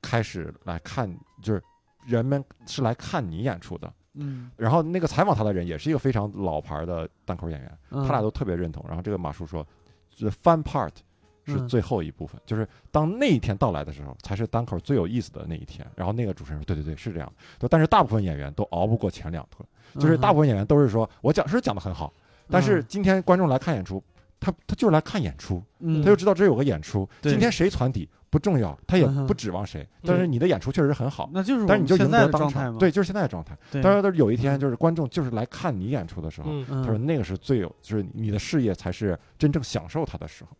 S3: 开始来看，就是人们是来看你演出的。
S2: 嗯，
S3: 然后那个采访他的人也是一个非常老牌的单口演员，
S2: 嗯
S3: 他俩都特别认同。然后这个马叔说，the fun part 是
S2: 嗯
S3: 最后一部分，就是当那一天到来的时候，才是单口最有意思的那一天。然后那个主持人说，对对对，是这样的。但是大部分演员都熬不过前
S2: 嗯
S3: 两轮，就是大部分演员都是说我讲是讲的很好，但是今天观众来看演出。他他就是来看演出，
S2: 嗯，
S3: 他就知道这有个演出，
S2: 对
S3: 今天谁传底不重要，他也
S2: 嗯哼
S3: 不指望谁，但是你的演出确实很好，
S2: 那就是我
S3: 但是
S2: 们
S3: 你就
S2: 现
S3: 赢
S2: 在
S3: 得
S2: 的
S3: 当
S2: 状态
S3: 场，
S2: 嘛，
S3: 对，就是现在的状态。
S2: 对，
S3: 当然，但是有一天就是观众就是来看你演出的时候，
S1: 嗯，
S3: 他说
S2: 嗯
S3: 那个是最有，就是你的事业才是真正享受它的时候。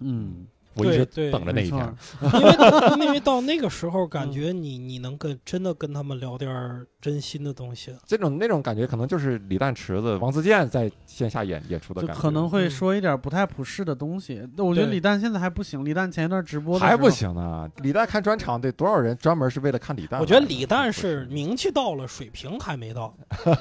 S2: 嗯，
S3: 我一直
S1: 对对
S3: 等着那
S2: 没
S3: 一
S2: 错
S3: 天。
S1: 因 为因为到那个时候，
S2: 嗯
S1: 感觉你你能跟真的跟他们聊点儿真心的东西，
S3: 这种那种感觉可能就是李诞、池子、王自健在线下演演出的
S2: 就
S3: 感觉，
S2: 可能会
S1: 嗯
S2: 说一点不太普世的东西。那我觉得
S1: 对
S2: 李诞现在还不行，李诞前一段直播的
S3: 还
S2: 时
S3: 不
S2: 候，
S3: 行呢。李诞看专场得多少人专门是为了看李诞来
S1: 我
S3: 的？
S1: 觉得李诞是
S3: 不
S1: 名气到了，水平还没到。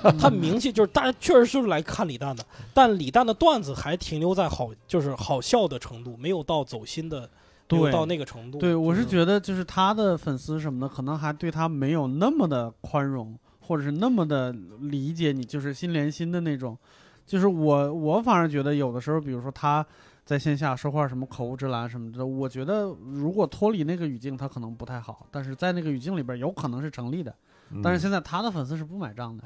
S2: 嗯
S1: 他名气就是大家确实是来看李诞的，
S3: 嗯
S1: 但李诞的段子还停留在好就是好笑的程度，没有到走心的，没有
S2: 对
S1: 到那个程度。
S2: 对，我是
S1: 就
S2: 觉得就是他的粉丝什么的，可能还对他没有那么的宽容，或者是那么的理解你，就是心连心的那种。就是我，我反而觉得有的时候，比如说他在线下说话什么口无遮拦什么的，我觉得如果脱离那个语境，他可能不太好。但是在那个语境里边，有可能是成立的。
S3: 嗯
S2: 但是现在他的粉丝是不买账的。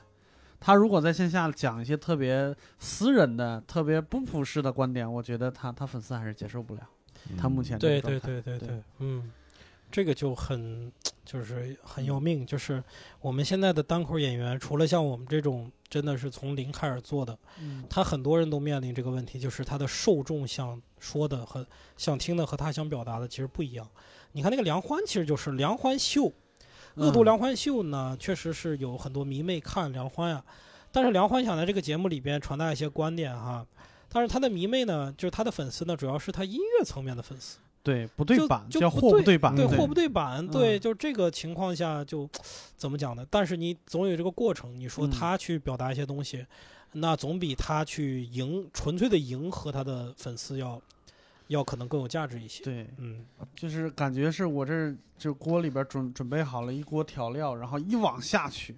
S2: 他如果在线下讲一些特别私人的、特别不普世的观点，我觉得他他粉丝还是接受不了。
S3: 嗯
S2: 他目前
S1: 对
S2: 这
S1: 对
S2: 个状态
S1: 对对对
S2: 对，
S1: 嗯，这个就很就是
S2: 嗯
S1: 很要命，就是我们现在的单口演员，除了像我们这种真的是从零开始做的，
S2: 嗯
S1: 他很多人都面临这个问题，就是他的受众想说的和想听的和他想表达的其实不一样。你看那个梁欢，其实就是梁欢秀，恶
S2: 嗯
S1: 毒梁欢秀呢，确实是有很多迷妹看梁欢呀、但是梁欢想在这个节目里边传达一些观点哈，但是他的迷妹呢，就是他的粉丝呢，主要是他音乐层面的粉丝，
S2: 对，不对
S1: 就
S2: 版
S1: 就
S2: 叫
S1: 不
S2: 货不
S1: 对
S2: 对版，
S1: 对
S3: 对
S1: 货不对版，
S2: 嗯
S1: 对，就这个情况下就怎么讲呢？但是你总有这个过程，你说
S2: 嗯
S1: 他去表达一些东西，那总比他去迎纯粹的迎合他的粉丝要要可能更有价值一些。
S2: 对，
S1: 嗯，
S2: 就是感觉是我这儿就锅里边准准备好了一锅调料，然后一网下去，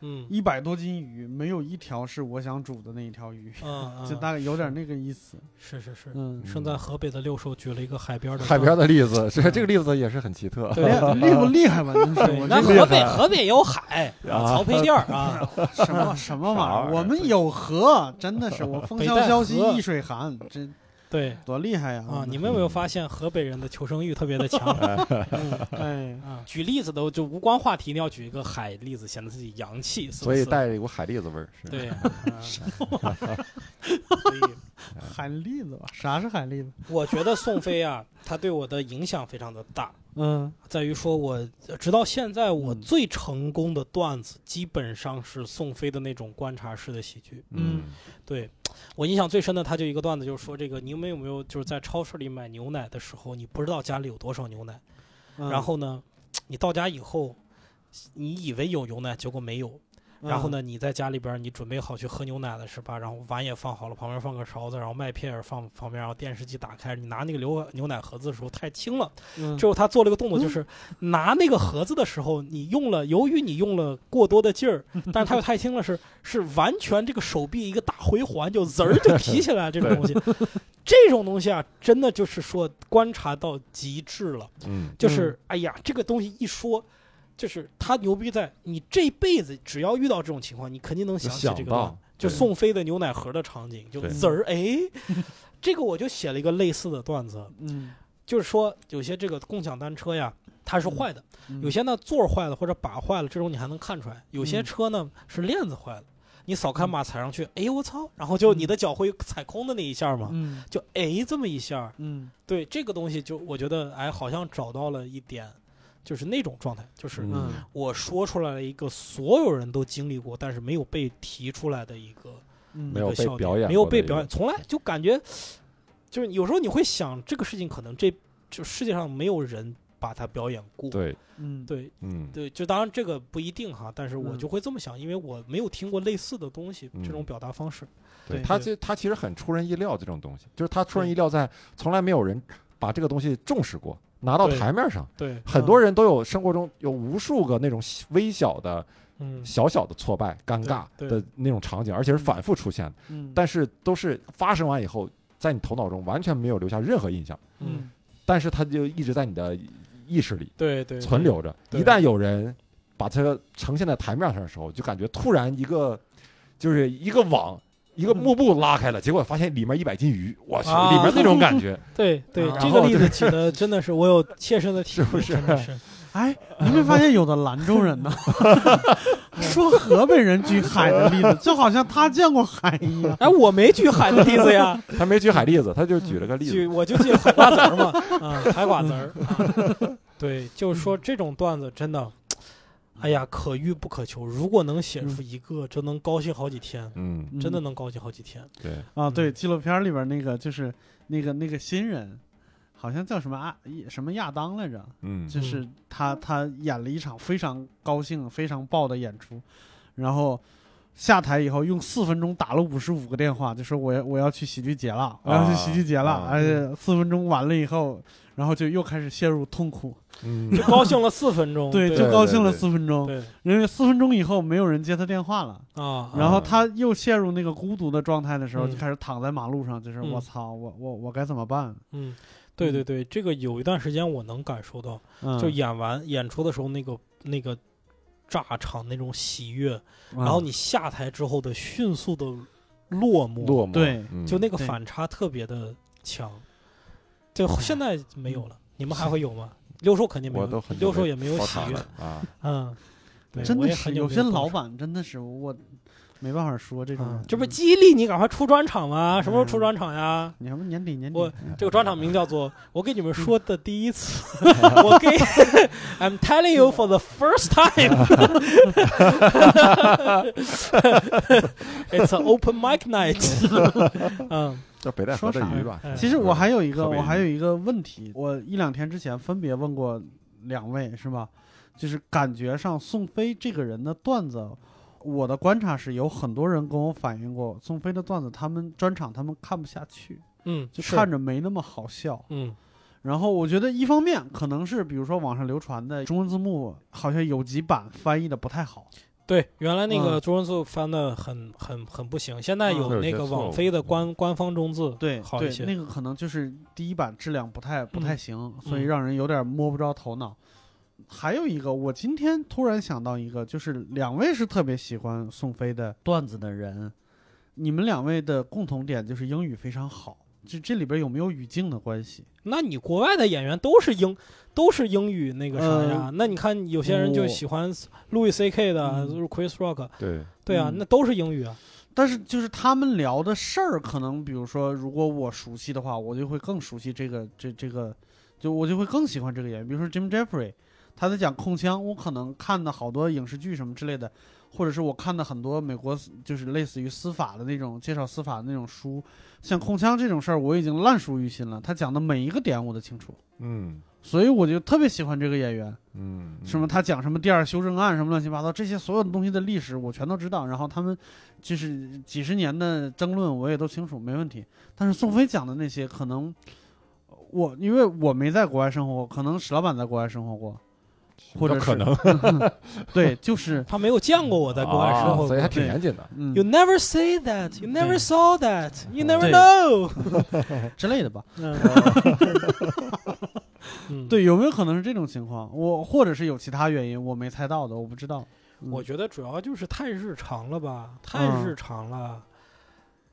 S1: 嗯
S2: 一百多斤鱼，没有一条是我想煮的那一条鱼，
S1: 嗯，
S2: 就
S1: 嗯
S2: 大概有点那个意思。
S1: 是是是。
S2: 嗯，
S1: 生在河北的六兽举了一个海边的
S3: 海
S1: 浪
S3: 边的例子，
S2: 嗯
S3: 这这个例子也是很奇特。
S1: 对
S2: 哎厉不厉害吧？真是
S1: 对，
S2: 我
S1: 那
S2: 这
S3: 厉
S1: 河
S2: 个
S1: 北
S3: 害
S1: 河北有海，
S3: 啊
S1: 啊，曹丕 店儿啊，
S2: 什么什么
S3: 啥
S2: 玩意儿？
S3: 玩意儿
S2: 我们有河，真的是我风
S1: 北
S2: 萧
S1: 戴
S2: 萧兮
S1: 河
S2: 易水寒，这
S1: 对
S2: 多厉害呀！
S1: 啊，你们有没有发现河北人的求生欲特别的 强？嗯
S2: 哎，
S1: 啊，举例子都就无关话题，一定要举一个海例子，显得自己洋气，是不
S3: 所
S1: 是
S3: 以带着一股海蛎子味儿，是
S1: 对，啊
S2: 哎海蛎子吧？啥是海蛎子？
S1: 我觉得宋飞啊，他对我的影响非常的大，
S2: 嗯
S1: 在于说我直到现在我
S2: 嗯
S1: 最成功的段子，基本上是宋飞的那种观察式的喜剧。
S3: 嗯，
S1: 对我印象最深的，他就一个段子，就是说这个你们有没有就是在超市里买牛奶的时候，你不知道家里有多少牛奶，
S2: 嗯，
S1: 然后呢，你到家以后，你以为有牛奶，结果没有，
S2: 嗯
S1: 然后？呢，你在家里边儿你准备好去喝牛奶了是吧？然后碗也放好了，旁边放个勺子，然后麦片儿放旁边，然后电视机打开，你拿那个牛牛奶盒子的时候太轻了。
S2: 嗯
S1: 之后他做了一个动作，就是拿那个盒子的时候，你用了，由于你用了过多的劲 儿，但是他又太轻了，是是完全这个手臂一个大回环就滋儿就提起来这种东西。这种东西啊，真的就是说观察到极致了。
S3: 嗯，
S1: 就是、哎呀，这个东西一说，就是他牛逼在你这辈子只要遇到这种情况，你肯定能
S3: 就
S1: 想起
S3: 想
S1: 这个段
S3: 到
S1: 子。就
S3: 对
S1: 宋飞的牛奶盒的场景，就
S3: 对
S1: 滋儿哎， 这个我就写了一个类似的段子，
S2: 嗯，
S1: 就是说有些这个共享单车呀，它是坏的，
S2: 嗯
S1: 有些呢座儿坏了或者把坏了，这种你还能看出来；有些
S2: 嗯
S1: 车呢是链子坏了，你扫
S3: 嗯
S1: 开码踩上去，哎呦我操，然后就你的脚会踩空的那一下嘛，
S2: 嗯
S1: 就哎这么一下儿，
S2: 嗯
S1: 对这个东西，就我觉得，哎，好像找到了一点，就是那种状态，就是
S3: 嗯
S2: 嗯
S1: 我说出来了一个所有人都经历过，但是没有被提出来的一个
S2: 嗯，
S3: 没有
S1: 一个笑
S3: 被
S1: 点
S3: 表演
S1: 没有
S3: 过的
S1: 被
S3: 一
S1: 表
S3: 个
S1: 演，从来就感觉，就是有时候你会想，这个事情可能这就世界上没有人把它表演过，
S3: 对，
S2: 嗯
S1: 对
S3: 嗯，
S1: 对，就当然这个不一定哈，但是我
S2: 嗯
S1: 就会这么想，因为我没有听过类似的东西，这种
S3: 嗯
S1: 表达方式，
S2: 对
S3: 他
S1: 对
S3: 其他其实很出人意料，这种东西就是他出人意料，在从来没有人把这个东西重视过，拿到
S1: 对嗯
S3: 台面上。
S1: 对，
S3: 很多人都有生活中有无数个那种微小的、
S1: 嗯，
S3: 小小的挫败、尴尬
S1: 对
S3: 的那种场景，而且是反复出现的，
S2: 嗯，
S3: 但是都是发生完以后，在你头脑中完全没有留下任何印象，
S2: 嗯
S3: 但是它就一直在你的意识里
S1: 对对，
S3: 存留着。
S1: 对
S3: 一旦有人把它呈现在台面上的时候，就感觉突然一个就是一个网一个幕布拉开了，结果发现里面一百斤鱼，我去，
S1: 啊
S3: 里面那 种感觉，
S1: 对对
S2: 啊，
S1: 这
S3: 然
S1: 个
S3: 后
S1: 例
S3: 就
S1: 子举的真的是我有切身的体
S3: 是不
S1: 会，
S3: 是
S1: 真的是
S2: 哎，你没发现有的兰州人 呢，说河北人举海的例子，就好像他见过海一样。
S1: 哎，我没举海的例子呀，
S3: 他没举海蛎子，他就举了个例
S1: 举
S3: 子。
S1: 我就记得海瓜子儿嘛，啊，海瓜子儿，啊对，就是说这种段子真的，哎呀，可遇不可求。如果能写出一个，真能高兴好几天，
S3: 嗯，
S1: 真的能高兴好几天。
S3: 对，
S2: 啊，对，纪录片里边那个就是那个那个新人，好像叫什么啊什么亚当来着，
S3: 嗯，
S2: 就是他他演了一场非常高兴、非常爆的演出，然后下台以后用四分钟打了五十五个电话，就说我要我要去喜剧节了，我要去喜剧节了，
S3: 啊
S2: 而且四分钟完了以后，然后就又开始陷入痛苦，
S3: 嗯，
S1: 就高兴了四分钟，
S2: 对，
S1: 哦对
S2: 就高兴了
S3: 对对
S2: 四分钟，
S1: 对
S2: 因为四分钟以后没有人接他电话了。
S1: 啊，
S2: 然后
S3: 啊
S2: 他又陷入那个孤独的状态的时候，
S1: 嗯
S2: 就开始躺在马路上，就是
S1: 嗯
S2: 我操，我我我该怎么办？
S1: 嗯，对对对，这个有一段时间我能感受到，
S2: 嗯，
S1: 就演完演出的时候那个那个炸场那种喜悦，
S2: 嗯
S1: 然后你下台之后的迅速的落寞，
S3: 落寞，
S2: 对
S3: 嗯
S1: 就那个
S2: 对
S1: 反差特别的强。就现在没有了，你们还会有吗？六兽肯定没
S3: 我都
S1: 有
S3: 很，久
S1: 六兽也没有
S3: 爆
S1: 喜
S3: 惨
S1: 悦
S3: 了， 啊，
S1: 嗯，对
S2: 真
S1: 我
S2: 的
S1: 也
S2: 是
S1: 很
S2: 有
S1: 久没
S2: 些老
S1: 动手
S2: 板真的是我没办法说这种
S1: 嗯，，这不是激励你赶快出专场吗？什么时候出
S2: 嗯
S1: 专场呀？
S2: 你还不年底年底
S1: 我这个专场名叫做《我给你们说的第一 次》，
S3: 嗯
S1: 我给 I'm telling you for the first time 。It's an open mic night 。嗯
S3: 叫北戴河的鱼
S1: 说啥呀。
S3: 吧
S1: 哎
S2: 其实我还有一
S3: 特
S2: 个，
S3: 别
S2: 我还有一个问题，我一两天之前分别问过两位，是吧？就是感觉上宋飞这个人的段子，我的观察是有很多人跟我反映过，宋飞的段子他们专场他们看不下去，
S1: 嗯，
S2: 就是看着没那么好笑。
S1: 嗯
S2: 然后我觉得一方面可能是比如说网上流传的中文字幕好像有几版翻译的不太好，
S1: 对，原来那个
S2: 嗯
S1: 中文字翻的很很很不行，现在
S2: 嗯
S1: 有
S3: 有
S1: 那
S3: 些
S1: 个
S3: 错
S1: 网
S3: 误
S1: 飞的官官方中字
S2: 对
S1: 好一
S2: 对
S1: 些，
S2: 那个可能就是第一版质量不太不太
S1: 嗯
S2: 行，所以
S1: 嗯
S2: 让人有点摸不着头脑。还有一个，我今天突然想到一个，就是两位是特别喜欢宋飞的段子的人，你们两位的共同点就是英语非常好，就这里边有没有语境的关系？
S1: 那你国外的演员都是英都是英语那个啥呀？那你看有些人就
S2: 我
S1: 喜欢 Louis C K 的、
S2: 哦
S1: 啊
S2: 嗯
S1: 就是 Chris Rock，
S3: 对，
S1: 对啊，
S2: 嗯
S1: 那都是英语啊。
S2: 但是就是他们聊的事儿，可能比如说，如果我熟悉的话，我就会更熟悉这个这这个，就我就会更喜欢这个演员。比如说 Jim Jeffrey，他在讲控枪，我可能看的好多影视剧什么之类的，或者是我看的很多美国就是类似于司法的那种介绍司法的那种书，像控枪这种事儿，我已经烂熟于心了。他讲的每一个点我都清楚，
S3: 嗯
S2: 所以我就特别喜欢这个演员。
S3: 嗯，
S2: 什么他讲什么第二修正案什么乱七八糟这些所有的东西的历史我全都知道，然后他们就是几十年的争论我也都清楚，没问题。但是宋飞讲的那些可能。我因为我没在国外生活过，可能史老板在国外生活过，或者
S3: 有
S2: 是
S3: 可能
S2: 对，就是
S1: 他没有见过我在国外生
S3: 啊
S1: 活
S3: 所以
S1: 过
S3: 还。挺严谨的。
S2: 嗯
S1: You never say that, you never
S2: 对
S1: saw that, you never
S2: 对
S1: know
S2: 之类的吧。
S1: 嗯。
S2: 对，有没有可能是这种情况？我或者是有其他原因我没猜到的，我不知道。嗯
S1: 我觉得主要就是太日常了吧，太
S2: 嗯
S1: 日常了。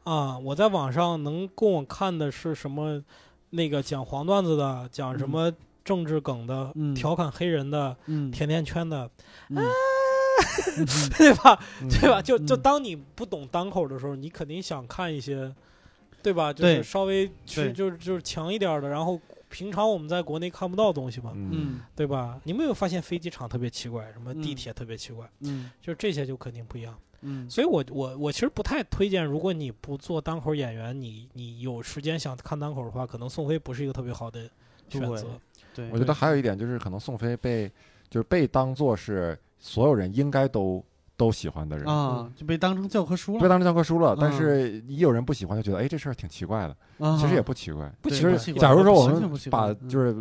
S1: 啊，我在网上能供我看的是什么？那个讲黄段子的，讲什
S2: 嗯
S1: 么政治梗的，
S2: 嗯
S1: 调侃黑人的，
S2: 嗯，
S1: 甜甜圈的，
S2: 嗯
S3: 啊
S1: 对吧？ 对吧？就
S2: 嗯
S1: 就当你不懂单口的时候，你肯定想看一些，对吧？就
S2: 对
S1: 是稍微去
S2: 对
S1: 就是就是强一点的，然后平常我们在国内看不到的东西嘛，
S2: 嗯
S1: 对吧？你没有发现飞机场特别奇怪，什么
S2: 嗯
S1: 地铁特别奇怪，
S2: 嗯
S1: 就这些就肯定不一样。
S2: 嗯
S1: 所以我我我其实不太推荐，如果你不做单口演员，你你有时间想看单口的话，可能宋飞不是一个特别好的选
S2: 对
S1: 择。
S2: 对
S3: 我觉得还有一点就是，可能宋飞被就是被当做是所有人应该都都喜欢的人，
S2: 啊，就被当成教科书
S3: 被
S2: 了。
S3: 当成教科书了。但
S2: 嗯
S3: 是一有人不喜欢，就觉得哎这事儿挺奇怪的。
S2: 啊
S3: 其实也不奇怪，
S2: 不
S3: 其
S2: 奇怪
S3: 实
S2: 不奇怪
S3: 假如说我
S2: 完全不
S3: 们
S2: 奇怪
S3: 把
S2: 嗯
S3: 就是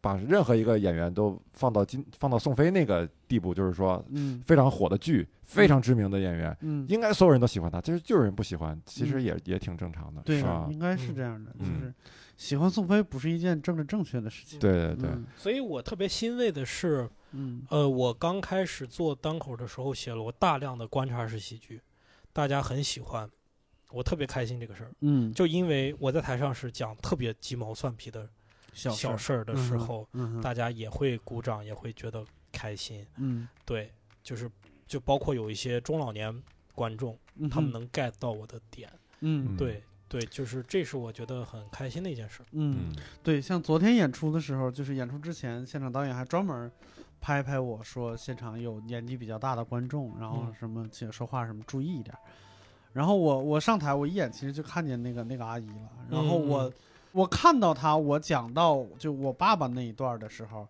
S3: 把任何一个演员都放到今放到宋飞那个地步，就是说
S2: 嗯
S3: 非常火的剧，非常知名的演员，
S2: 嗯，
S3: 应该所有人都喜欢他，就是就有人不喜欢，其
S2: 嗯
S3: 实也也挺正常的，
S2: 对
S3: 是吧，？
S2: 应该是
S1: 嗯
S2: 这样的，就
S3: 嗯
S2: 是喜欢宋飞不是一件政治正确的事情。
S3: 对对对，
S2: 嗯
S1: 所以我特别欣慰的是，
S2: 嗯
S1: 呃，我刚开始做单口的时候，写了我大量的观察式喜剧，大家很喜欢。我特别开心这个事儿，
S2: 嗯，
S1: 就因为我在台上是讲特别鸡毛蒜皮的
S2: 小
S1: 小
S2: 事
S1: 事儿的
S2: 嗯
S1: 时
S2: 哼
S1: 候，
S2: 嗯哼
S1: 大家也会鼓掌，也会觉得开心。
S2: 嗯，
S1: 对，就是就包括有一些中老年观众，
S2: 嗯
S1: 他们
S2: 哼
S1: 能 get 到我的点。
S2: 嗯
S3: 嗯
S1: 对对，就是这是我觉得很开心的一件事。
S2: 嗯
S3: 嗯，
S2: 对，像昨天演出的时候，就是演出之前，现场导演还专门拍拍我说，现场有年纪比较大的观众，然后
S1: 嗯
S2: 什么请说话什么注意一点儿。然后我我上台，我一眼其实就看见那个那个阿姨了。然后
S1: 嗯嗯
S2: 我、我看到她，我讲到就我爸爸那一段儿的时候，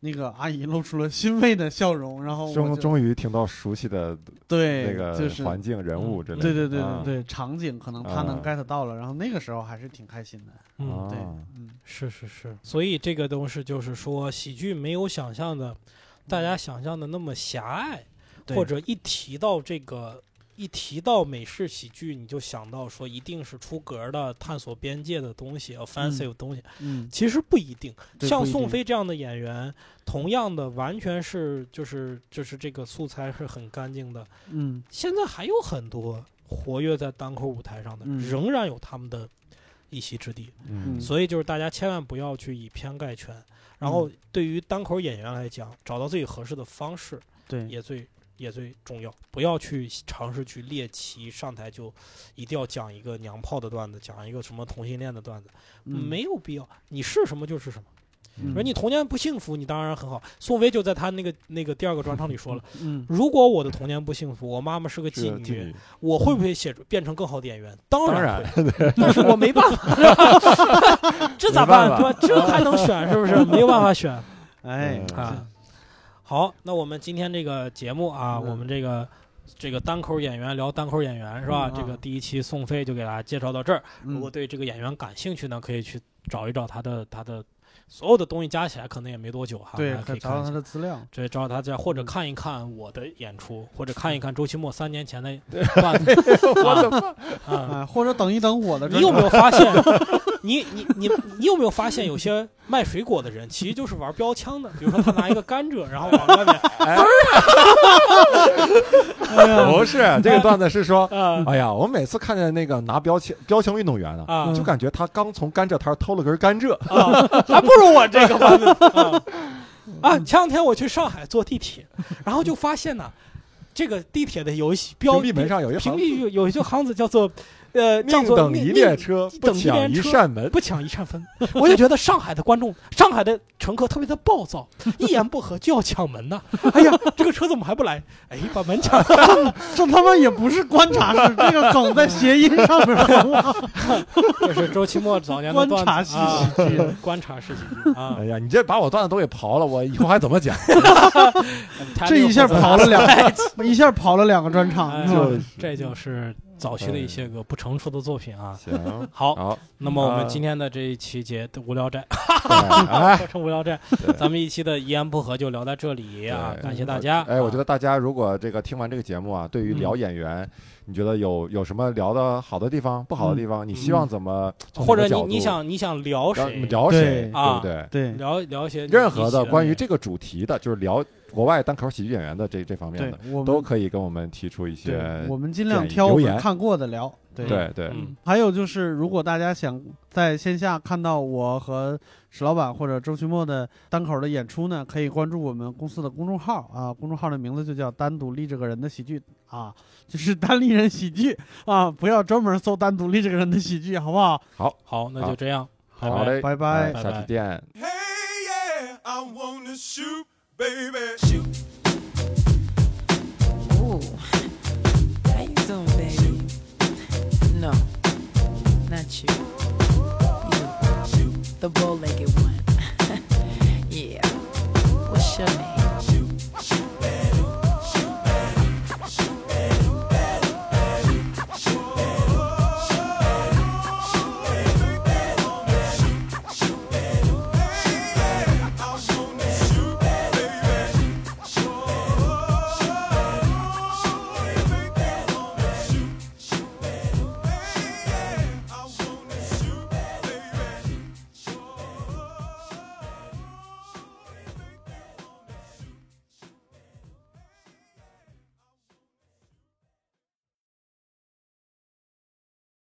S2: 那个阿姨露出了欣慰的笑容。然后嗯我
S3: 终
S2: 就
S3: 终于听到熟悉的
S2: 对
S1: 哎
S3: 那个
S2: 就是
S3: 环境、人
S1: 嗯
S3: 物之类的。
S2: 对对对
S3: 啊
S2: 对对、场景，可能她能
S3: 啊
S2: get 到了。然后那个时候还是挺开心的。
S1: 嗯，
S2: 对
S3: 啊，
S2: 嗯，
S1: 是是是。所以这个东西就是说，喜剧没有想象的，大家想象的那么狭隘，
S2: 嗯对
S1: 或者一提到这个。一提到美式喜剧，你就想到说一定是出格的、探索边界的东西、offensive 的东西，
S2: 嗯
S1: 其实不一定。
S2: 对
S1: 像
S2: 不一
S1: 宋
S2: 定
S1: 飞这样的演员，同样的完全是就是就是这个素材是很干净的。
S2: 嗯
S1: 现在还有很多活跃在单口舞台上的，
S2: 嗯
S1: 仍然有他们的一席之地。
S3: 嗯
S2: 嗯
S1: 所以就是大家千万不要去以偏概全。然后对于单口演员来讲，找到自己合适的方式
S2: 对
S1: 也最也最重要。不要去尝试去猎奇，上台就一定要讲一个娘炮的段子，讲一个什么同性恋的段子，
S2: 嗯
S1: 没有必要。你是什么就是什么。
S2: 嗯
S1: 说你童年不幸福，你当然很好。宋威就在他那个那个第二个专场里说了，
S2: 嗯
S1: 如果我的童年不幸福，我妈妈是个
S3: 是
S1: 妓
S3: 妓
S1: 女，
S3: 女，
S1: 我会不会写变成更好的演员？当
S3: 当
S1: 然
S3: 然
S1: 会，但是我没办 法，这咋办？
S3: 没
S1: 对吧
S3: 办？
S1: 这还能选是不是？没有办法 选
S2: 哎，
S3: 嗯
S1: 啊。好，那我们今天这个节目啊，
S2: 嗯
S1: 我们这个。这个单口演员聊单口演员是吧？
S2: 嗯啊
S1: 这个第一期宋飞就给大家介绍到这儿。如
S2: 嗯
S1: 果对这个演员感兴趣呢，可以去找一找他的他的所有的东西加起来，可能也没多久哈。
S2: 对，
S1: 大家可
S2: 可
S1: 以
S2: 以找到
S1: 看一
S2: 他
S1: 下。
S2: 的资料。
S1: 对，找找他家，或者看一看我的演出，或者看一看周奇墨三年前的段子。 我的啊！
S2: 哎，或者等一等我的
S1: 你
S2: 专
S1: 有没有
S2: 场，
S1: 发现？你你你你有没有发现，有些卖水果的人其实就是玩标枪的？比如说他拿一个甘蔗，然后往外面 啊 哎
S3: 不是这个段子是 说，
S1: 啊
S3: 哎呀，我每次看见那个拿标枪标枪运动员啊，
S1: 啊
S3: 就感觉他刚从甘蔗摊儿偷了根甘蔗。
S1: 啊， 还不如我这个吧。 啊
S3: 嗯
S1: 啊！前两天我去上海坐地铁，然后就发现呢，这个地铁的有一些标
S3: 屏蔽门上有一
S1: 屏
S3: 行
S1: 蔽有有一句行字叫做呃，叫
S3: 命
S1: 做
S3: 等一列车，
S1: 命
S3: 不抢
S1: 等一列车
S3: 扇门。
S1: 不抢一扇风，我就觉得上海的观众、上海的乘客特别的暴躁，一言不合就要抢门呐、哎呀，这个车怎么还不来？哎，把门抢了。
S2: 这他妈也不是观察室，这个梗在谐音上面好不好？
S1: 这是周奇墨早年
S2: 的段子观察式喜剧
S1: 啊，观察式喜剧啊
S3: 哎，呀，你这把我段子都给刨了，我以后还怎么讲？啊
S2: 这一下刨了两
S1: 个，
S2: 一下跑了两个专场嗯
S1: 哎，
S2: 就
S3: 就是
S1: 这就是早期的一些个不成熟的作品啊。
S3: 行，
S1: 好，
S3: 好，
S1: 那么我们今天的这一期节
S3: 啊
S1: 《无聊斋》
S3: 对哎，
S1: 说成《无聊斋》，
S3: 对
S1: 咱们一期的一言不合就聊到这里啊，
S3: 对
S1: 感谢大家。啊嗯
S3: 哎，我觉
S1: 得
S3: 得大家如果这个听完这个节目啊，对于聊演员，你觉得有有什么聊的好的地方，不好的地方？你希望怎么从
S1: 嗯啊
S3: 哪
S1: 或
S3: 个
S1: 者
S3: 角
S1: 你
S3: 度
S1: 你想你想聊
S3: 聊
S1: 谁？
S3: 聊谁，
S2: 对
S3: 对
S1: 啊
S3: 不对？
S2: 对
S1: 聊聊一些
S3: 任何的
S1: 你
S3: 关于这个主题的，就是聊国外单口喜剧演员的这这方面
S2: 对
S3: 的，，
S2: 我
S3: 都
S2: 们
S3: 可以跟我们提出一
S2: 对
S3: 些，
S2: 我们尽量
S3: 建议
S2: 挑我
S3: 留
S2: 们
S3: 言
S2: 看过的聊。对
S3: 对对
S1: 嗯
S2: 还有就是，如果大家想在线下看到我和史老板或者周奇墨的单口的演出呢，可以关注我们公司的公众号啊，公众号的名字就叫“单独立这个人的喜剧”啊，就是单立人喜剧啊，不要专门搜“单独立这个人的喜剧”，好不好？
S1: 好，那就这样。拜
S3: 啊好
S1: 拜
S3: 嘞，
S2: 拜
S3: 哎
S2: 拜。
S1: 拜
S3: 下
S1: 拜
S3: 期见。
S4: Hey, yeah, I wanna shoot, baby. Shoot,
S5: Ooh, how you doing, baby? No, not you. You, the bow legged